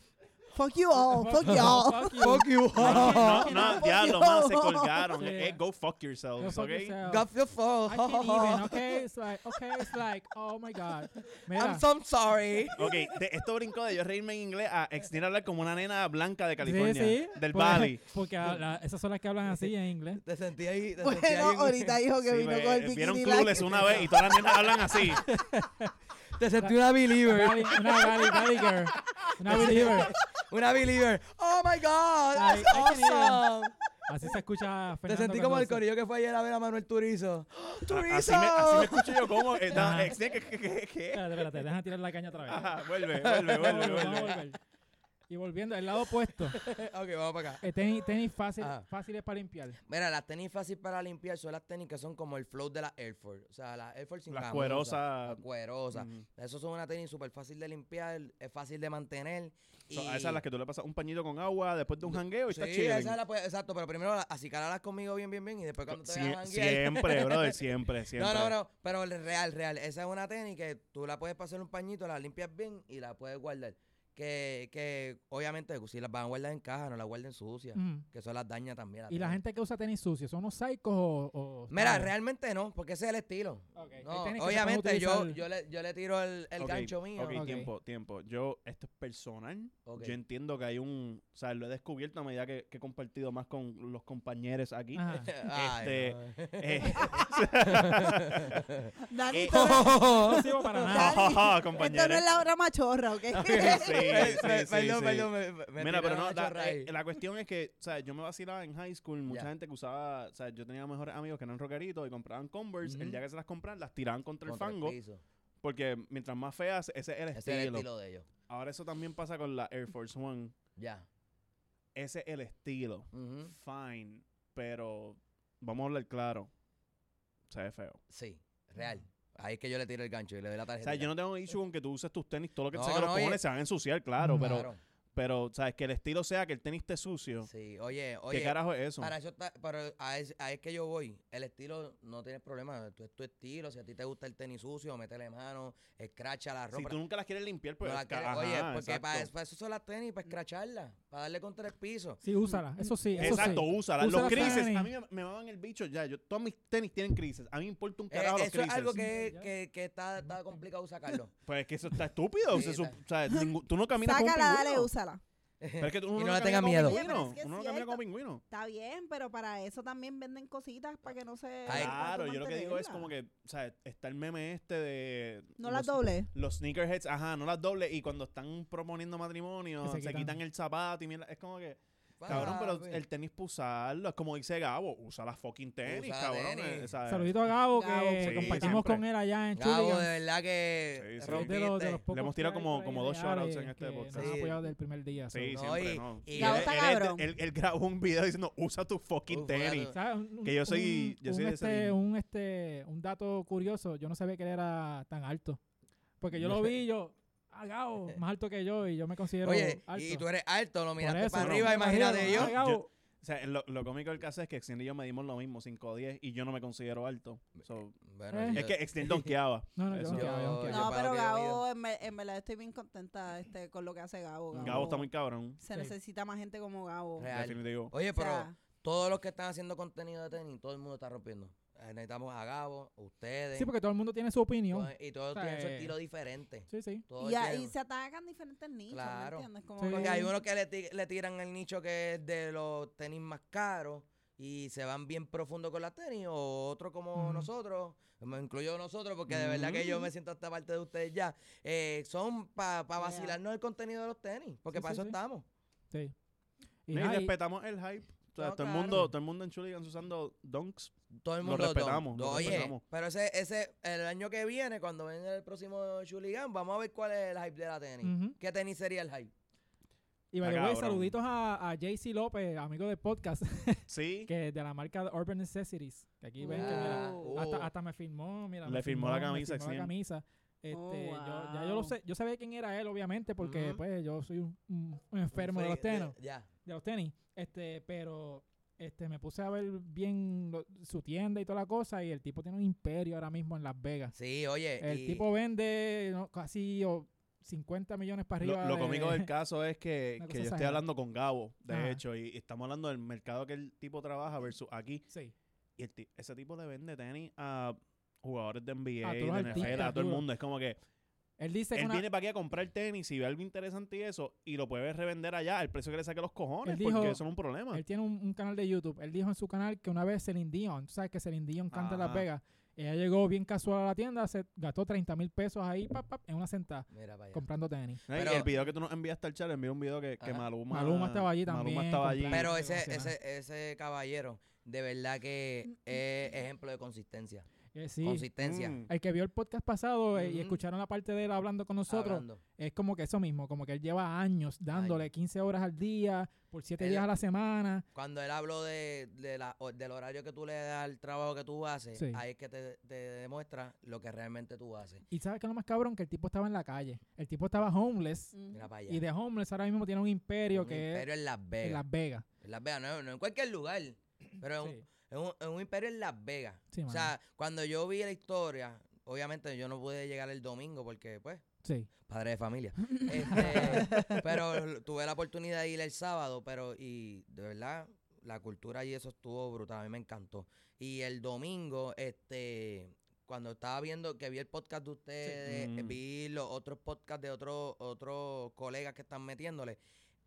D: Fuck you all, fuck you all.
A: Fuck you.
C: Fuck you.
B: No, no, no,
D: Fuck
B: diablo,
D: you.
B: man, se colgaron.
A: Sí.
B: Eh, go fuck yourselves,
A: Go fuck
B: ¿ok?
A: yourself.
C: Got your phone.
A: I can't even, okay? It's like, okay, it's like, oh my God. Mira,
C: I'm so sorry.
B: Ok, de- esto brincó de yo reírme en inglés a Exnir hablar como una nena blanca de California.
A: sí, Pues,
B: Del
A: porque-
B: Valley.
A: Porque a- la- esas son las que hablan así en inglés.
C: Te sentí ahí. Te sentí
D: Bueno,
C: ahí. en-
D: ahorita dijo que
B: Sí,
D: vino
B: pues,
D: con el
B: eh,
D: bikini.
B: vieron
D: line.
B: Clueless una vez y todas las nenas hablan así.
C: Te sentí una believer.
A: Valley- Una Valley, Valley girl. Una believer.
C: Una believer. Oh my God.
A: Ay,
C: That's
A: I can't
C: awesome.
A: Así se escucha Fernando.
C: Te sentí como el
A: cuando hace-
C: corillo que fue ayer a ver a Manuel Turizo.
B: Así
C: ¡Turizo!
B: me, así me escucho yo como. eh, da-
A: Ajá.
B: Exnir, ¿qué, qué, qué, qué?
A: Espérate, espérate, deja tirar la caña otra vez.
B: Ajá, vuelve, vuelve,
A: Vamos a
B: vuelve,
A: volver, vamos a
B: vuelve.
A: volver. Y volviendo, el lado opuesto.
C: ok, vamos para acá.
A: Eh, tenis tenis fácil,
C: Ajá.
A: fáciles para limpiar.
C: Mira, las tenis fáciles para limpiar son las tenis que son como el float de las Air Force. O sea, las Air Force sin
B: Las
C: camisa,
B: cuerosas. Mm.
C: Las cuerosas.
B: Ujú.
C: Esas son una tenis súper fácil de limpiar, es fácil de mantener.
B: So,
C: y-
B: a esas las que tú le pasas un pañito con agua después de un jangueo y
C: Sí,
B: está chido.
C: esas las puedes- exacto, pero primero las- acicalarlas conmigo bien, bien, bien y después cuando te
B: Sie-
C: vayas a janguear-
B: siempre, brother, siempre, siempre.
C: No, no, no, pero el real, real. Esa es una tenis que tú la puedes pasar un pañito, la limpias bien y la puedes guardar. Que, que obviamente, si las van a guardar en caja, no las guarden sucias,
A: Mm.
C: que eso las daña también. a
A: Y la
C: tenis.
A: gente que usa tenis sucios, ¿son unos psicos o...? o-
C: Mira,
A: no?
C: realmente no, porque ese es el estilo.
A: Ok, Eh, hay
C: No,
A: tenis que se pueden
C: obviamente yo,
A: utilizar-
C: yo, le, yo le tiro el, el
B: Ok,
C: gancho mío.
B: ok,
A: Ok.
B: tiempo, tiempo. Yo, esto es personal.
C: Ok.
B: Yo entiendo que hay un. O sea, lo he descubierto a medida que, que he compartido más con los compañeros aquí.
A: Ajá.
C: Ay,
B: Este,
C: no.
B: Eh,
D: Dani,
B: Eh,
D: esto, no, es-
A: No sirvo para nada.
D: Dani, esto no
B: compañeros.
D: es la hora machorra, ¿ok?
B: Sí,
C: Pe-
B: sí, sí,
C: pe- perdón,
B: sí.
C: perdón, me- me- me
B: Mira, pero
C: tiraron
B: no,
C: a
B: da-
C: chorrar ahí.
B: eh, la cuestión es que, o sea, yo me vacilaba en high school, mucha
C: Ya.
B: gente que usaba, o sea, yo tenía mejores amigos que eran rockeritos y compraban Converse, el
C: Ujú.
B: día que se las compraban, las tiraban contra,
C: Contra
B: el fango,
C: piso.
B: porque mientras más feas, ese era el,
C: Ese es
B: estilo.
C: el estilo de ellos.
B: Ahora eso también pasa con la Air Force One,
C: Ya.
B: ese es el estilo,
C: Ujú.
B: fine, pero vamos a hablar claro, se ve feo.
C: Sí, real. Ahí es que yo le tiro el gancho y le doy la
B: O
C: tarjeta.
B: sea, yo no tengo issue con que tú uses tus tenis, todo lo que
C: No,
B: sea que los
C: no, oye.
B: cojones se van a ensuciar, claro, pero,
C: Claro.
B: pero, sabes, que el estilo sea que el tenis esté sucio.
C: Sí, oye,
B: ¿Qué
C: oye.
B: carajo es eso?
C: Para eso está, para, a, es, a es que yo voy. El estilo no tienes problema. Tú es tu estilo. Si a ti te gusta el tenis sucio, métele mano, escracha la
B: si
C: ropa.
B: tú nunca las quieres limpiar, pues...
C: No la
B: ca-
C: quieres- oye,
B: ajá,
C: porque para,
B: exacto.
C: eso- para eso son las tenis, para escracharlas, para darle contra el piso.
A: Sí, úsala. Eso sí, eso
B: Exacto,
A: sí.
B: úsala.
A: Usa
B: los
A: las
B: crisis,
A: tenis.
B: a mí me, me maman el bicho ya. Yo, todos mis tenis tienen crisis. A mí me importa un
C: Eh,
B: carajo los
C: eso
B: crisis.
C: es algo que,
A: Sí, ya.
C: que, que está, está complicado sacarlo.
B: Pues es que eso está estúpido.
C: Sí,
B: se sup-
C: está-
B: o sea, ningú- tú no caminas
D: Sácala,
B: como un
D: dale,
B: pingüino.
D: úsala.
B: Pero es que tú
C: Y
B: uno
C: no le
B: camina
C: tenga
B: como
C: miedo.
B: pingüino.
D: Oye, pero es que
B: uno no
D: es
B: camina como
D: cierto.
B: pingüino.
D: Está bien, pero para eso también venden cositas para que no se...
C: Ay,
D: para
B: Claro,
D: tú
B: yo lo que digo es
D: mantenerla.
B: como que, o sea, está el meme este de...
D: No las
B: los-
D: doble.
B: Los sneakerheads, ajá, no las doble. Y cuando están proponiendo matrimonio,
A: Que se
B: se,
A: quitan.
B: quitan el zapato y mierda. Es como que, cabrón, pero el tenis para usarlo. Es como dice Gabo, usa las fucking tenis,
C: Usa
B: cabrón.
C: tenis.
B: eh, ¿sabes?
A: Saludito a Gabo,
D: Gabo.
A: que
B: Sí,
A: compartimos
B: siempre.
A: con él allá en Chile.
C: Gabo, de verdad que
B: Sí, sí.
A: Es de los- de los
C: rompiste.
A: pocos
B: hemos tirado
A: que hay
B: como-
A: por ahí
B: como dos
A: reales
B: shoutouts en este
A: que
B: podcast.
A: Nos han
C: Sí.
A: apoyado desde el primer día. so.
B: Sí,
C: No,
B: siempre,
C: y-
B: no.
C: y
B: Y
D: Gabo
B: él-
D: está
B: él- él-
D: cabrón.
B: Él, él grabó un video diciendo, usa tu fucking
C: Usa
B: tenis.
C: tu-
A: ¿Sabes? Un-
B: Que yo soy-
A: un-
B: yo
A: un
B: soy de ese
A: este,
B: team.
A: un, este, un dato curioso, yo no sabía que él era tan alto. Porque yo lo vi y yo, ah, Gabo, más alto que yo, y yo me considero
C: Oye,
A: alto.
C: y tú eres alto, lo
A: Por
C: miraste
A: eso,
C: para
B: no,
C: arriba,
B: no,
C: imagínate
A: arriba,
C: yo.
A: ah, Gabo.
B: Yo- O sea, lo, lo cómico del caso es que Extiende y yo medimos lo mismo, 5 o 10, y yo no me considero alto. So,
C: Bueno,
A: Eh.
C: yo-
B: es que Extiende donkeaba.
A: No, no, yo
B: Eso.
A: no quiero, yo no
C: Yo-
A: quiero.
D: No,
C: para
D: pero
C: lo que yo
D: Gabo, en, ver- en verdad estoy bien contenta este, con lo que hace Gabo.
B: Gabo está muy cabrón.
D: Se
A: Sí.
D: necesita más gente como Gabo.
C: Real.
B: Definitivo.
C: Oye,
D: O
C: pero
D: sea,
C: todos los que están haciendo contenido de tenis, todo el mundo está rompiendo. Eh, Necesitamos a Gabo, ustedes.
A: Sí, porque todo el mundo tiene su opinión.
C: todo- y todos
A: O sea,
C: tienen su
A: eh,
C: estilo diferente.
A: Sí, sí.
C: Todos
D: y, a-
C: tienen-
D: y se atacan diferentes nichos, ¿me
C: Claro.
D: entiendes? Como
A: Sí.
D: que-
C: Porque hay unos que le, ti- le tiran el nicho que es de los tenis más caros y se van bien profundo con las tenis, o otros como
A: Ujú.
C: nosotros, me incluyo nosotros, porque de verdad que yo me siento hasta parte de ustedes ya, eh, son para
D: Yeah.
C: vacilarnos el contenido de los tenis, porque
A: Sí,
C: para
A: sí,
C: eso
A: sí.
C: estamos.
A: sí.
B: Y,
A: nada,
B: respetamos el hype. O sea,
C: No,
B: todo, el
C: claro.
B: mundo, todo el mundo en Chuligan usando donks.
C: Todo el
B: Lo
C: mundo don-
B: respetamos, lo
C: Oye,
B: respetamos.
C: pero ese, ese, el año que viene, cuando venga el próximo Chuligan, vamos a ver cuál es el hype de la tenis.
A: Ujú.
C: ¿Qué tenis sería el hype?
A: Y by the
B: Está
A: way,
B: cabrón.
A: saluditos a, a JC López, amigo del podcast,
B: Sí,
A: que de la marca Urban Necessities. Que aquí ven que
C: Ah.
A: mira,
C: Wow.
A: hasta, hasta me firmó, mira.
B: Oh. Le
A: me
B: firmó la camisa,
A: Me firmó
B: sí.
A: la camisa. Este,
D: Oh,
A: yo, ya yo lo
D: wow.
A: sé, yo sabía quién era él, obviamente, porque
C: Ujú. eh,
A: pues yo soy un, un- un enfermo de los tenis,
C: uh, Ya.
A: de los tenis. Este, pero este, me puse a ver bien lo- su tienda y toda la cosa, y el tipo tiene un imperio ahora mismo en Las Vegas.
C: Sí, oye.
A: El
C: Eh, y-
A: tipo vende ¿no? casi o 50 millones para arriba.
B: lo, lo
A: de-
B: cómico del caso es que,
A: Una cosa
B: que yo estoy
A: exagerada.
B: hablando con Gabo, de
A: Ajá.
B: hecho, y, y estamos hablando del mercado que el tipo trabaja versus aquí.
A: Sí.
B: Y el ti- ese tipo le vende tenis a jugadores de NBA,
A: A
B: de
A: todos los
B: NFL, a
A: artistas,
B: todo el
A: duro.
B: mundo. Es como que
A: Él dice que
B: él
A: una-
B: viene para aquí a comprar tenis y ve algo interesante y eso, y lo puede revender allá al precio que le saque los cojones,
A: Él dijo-
B: porque eso no es un problema.
A: Él tiene un, un canal de YouTube. Él dijo en su canal que una vez Celine Dion, tú sabes que Celine Dion canta en Las
B: Ajá.
A: Vegas. Ella llegó bien casual a la tienda, se gastó 30 mil pesos ahí pap, pap, en una sentada
C: Mira para allá.
A: comprando tenis.
B: No, y
C: Pero-
B: el video que tú nos enviaste al chat, envió un video que, que
C: Ajá.
B: Maluma,
A: Maluma estaba allí
B: Maluma
A: también,
B: estaba allí.
A: comprando.
C: Pero
A: Sí,
C: ese,
A: emocionante.
C: ese, ese caballero, de verdad que es ejemplo de consistencia.
A: Eh, sí.
C: Consistencia.
B: Mm.
A: El que vio el podcast pasado eh, y
C: Ujú.
A: escucharon la parte de él hablando con nosotros,
C: Mm-hmm. hablando.
A: es como que eso mismo, como que él lleva años dándole
C: Años.
A: 15 horas al día, por 7
C: Él-
A: días a la semana.
C: Cuando él habló de, de la, o- del horario que tú le das al trabajo que tú haces,
A: Sí.
C: ahí es que te, te demuestra lo que realmente tú haces.
A: Y sabes que lo más cabrón, que el tipo estaba en la calle. El tipo estaba homeless.
D: Ujú.
C: Mira para allá.
A: Y de homeless ahora mismo tiene un imperio
C: Mm, Un
A: que
C: imperio en Las
A: es en
C: Vegas.
A: Las Vegas.
C: En Las Vegas, no, no en cualquier lugar, pero es un-
A: Sí.
C: es un, es un imperio en Las Vegas.
A: Sí,
C: o
A: mano.
C: sea, cuando yo vi la historia, obviamente yo no pude llegar el domingo porque, pues,
A: Sí.
C: padre de familia. Este, pero l- tuve la oportunidad de ir el sábado, pero y de verdad la cultura y eso estuvo brutal, a mí me encantó. Y el domingo, este, cuando estaba viendo que vi el podcast de ustedes, eh,
B: Mm.
C: vi los otros podcasts de otros otros colegas que están metiéndole,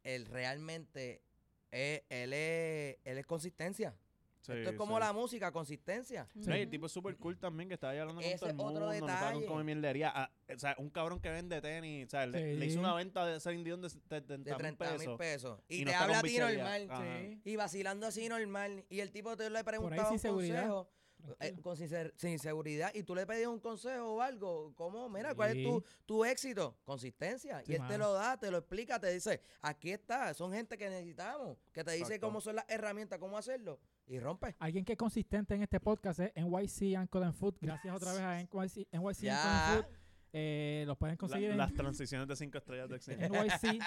C: él realmente es- él es él es consistencia.
B: Sí,
C: Esto es como
B: sí.
C: la música, consistencia.
B: No, y el
A: Sí.
B: tipo es súper cool también, que estaba ahí hablando con
C: Ese
B: todo el
C: otro
B: mundo, no estaba con
C: detalle.
B: come mierdería. Ah, o sea, un cabrón que vende tenis, o sea, le, le
A: Sí.
B: hizo una venta de Celine Dion de, de,
C: De 30 mil
B: pesos.
C: pesos. Y,
B: y no
C: te
B: está con
C: habla a ti
B: bichería.
C: normal.
B: Ajá.
A: Sí.
C: Y vacilando así normal. Y el tipo te le
A: sin
C: preguntaba un
A: seguridad.
C: consejo. eh,
A: Tranquilo.
C: con sincer- sin seguridad. Y tú le pedías un consejo o algo. ¿Cómo? Mira, ¿cuál es tu,
A: Sí.
C: tu éxito? Consistencia.
A: Sí,
C: y él te
A: mano.
C: lo da, te lo explica, te dice, aquí está. Son gente que necesitamos. Que te dice
B: Exacto.
C: cómo son las herramientas, cómo hacerlo. Y rompe.
A: Alguien que es consistente en este podcast es NYC Ankle and Foot. Gracias otra vez a NYC, NYC Ankle and
C: Ya.
A: Foot. Eh, los pueden
B: La-
A: conseguir en
B: las transiciones de 5 estrellas de cine.
A: NYC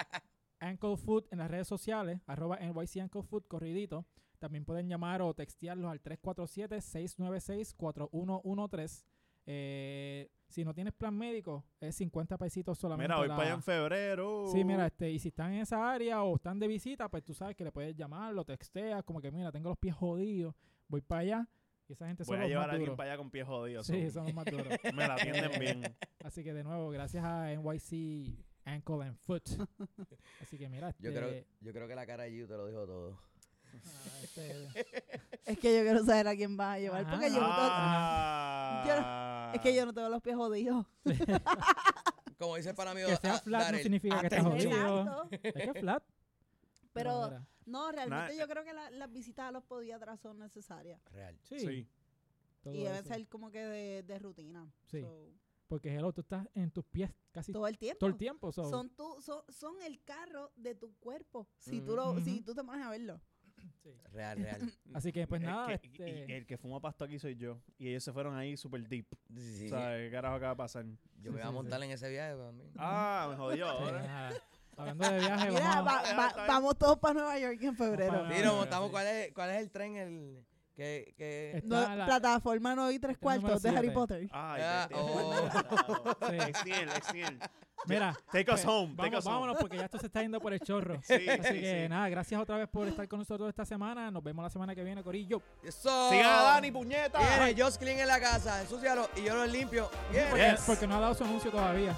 A: Ankle Foot en las redes sociales, arroba NYC Ankle Foot, corridito. También pueden llamar o textearlos al 347-696-4113. Eh, si no tienes plan médico, es 50 pesitos solamente.
B: Mira, voy
A: la-
B: para allá en febrero.
A: Sí, mira, este, y si están en esa área o están de visita, pues tú sabes que le puedes llamar, lo texteas, como que mira, tengo los pies jodidos, voy para allá. Y esa gente
B: Voy
A: son
B: a
A: los
B: llevar a
A: más
B: alguien
A: duros.
B: para allá con pies jodidos.
A: Sí,
B: so,
A: son los más duros.
B: Me la atienden bien.
A: Así que de nuevo, gracias a NYC Ankle and Foot. Así que mira, este,
C: Yo, creo, yo creo que la cara de Yu te lo dijo todo.
A: ah, este-
D: Es que yo quiero saber a quién va a llevar.
A: Ajá.
D: Porque yo no tengo-
B: Ah.
D: es que yo no tengo los pies jodidos.
C: Como dice para mí,
A: que sea flat no significa que estés jodido.
D: Exacto.
A: Es que es flat.
D: Pero
A: mira,
D: no,
B: Nada,
D: realmente yo creo que la- las visitas a los podiatras son necesarias.
C: Real.
A: sí.
B: Sí.
A: todo
D: Y deben
A: eso.
D: ser como que de, de rutina.
A: Sí.
D: So,
A: Porque hello, tú estás en tus pies casi todo
D: todo el tiempo.
A: el tiempo. so,
D: Son, tu, son, son el carro de tu cuerpo. Si,
C: Ujú.
D: tú lo, si
A: Ujú.
D: tú te pones a verlo.
A: sí.
C: Real, real.
A: Así que, pues,
B: Es
A: nada,
B: que- y-
A: este-
B: y el que fuma pasto aquí soy yo. Y ellos se fueron ahí super deep.
C: Sí,
B: O sea, ¿qué carajo acaba de pasar?
A: sí,
C: yo me voy a
A: sí,
C: montar en ese viaje para mí.
B: Ah, me jodió.
A: Sí,
B: ahora.
A: nada. Hablando de viaje,
D: Mira,
A: vamos a-
D: va-
B: Ah,
D: va-
B: está bien.
D: vamos todos para Nueva York en febrero.
A: Vamos para
C: Sí,
A: Ah,
C: nos
A: mira,
C: montamos.
A: sí.
C: ¿Cuál es, ¿Cuál es el tren? El, que, que,
B: Eh,
A: Es-
D: No,
A: Está la-
D: plataforma 9 y 3
A: está el número
D: cuartos de Harry
A: siete.
D: Potter.
B: Ay,
C: Ah,
B: bestia.
C: oh.
A: Sí.
B: Exniel, Exniel.
A: Mira,
B: Take us
A: pues,
B: home, take
A: vamos-
B: us home.
A: vámonos porque ya esto se está yendo por el chorro.
B: Sí,
A: Así
B: sí,
A: que
B: sí.
A: nada, gracias otra vez por estar con nosotros esta semana. Nos vemos la semana que viene, Corillo.
C: ¡Eso!
B: Sigan a Dani, puñeta.
C: Viene Josklin en la casa, ensúcialo y yo los limpio. Viene.
A: Porque no ha dado su anuncio todavía.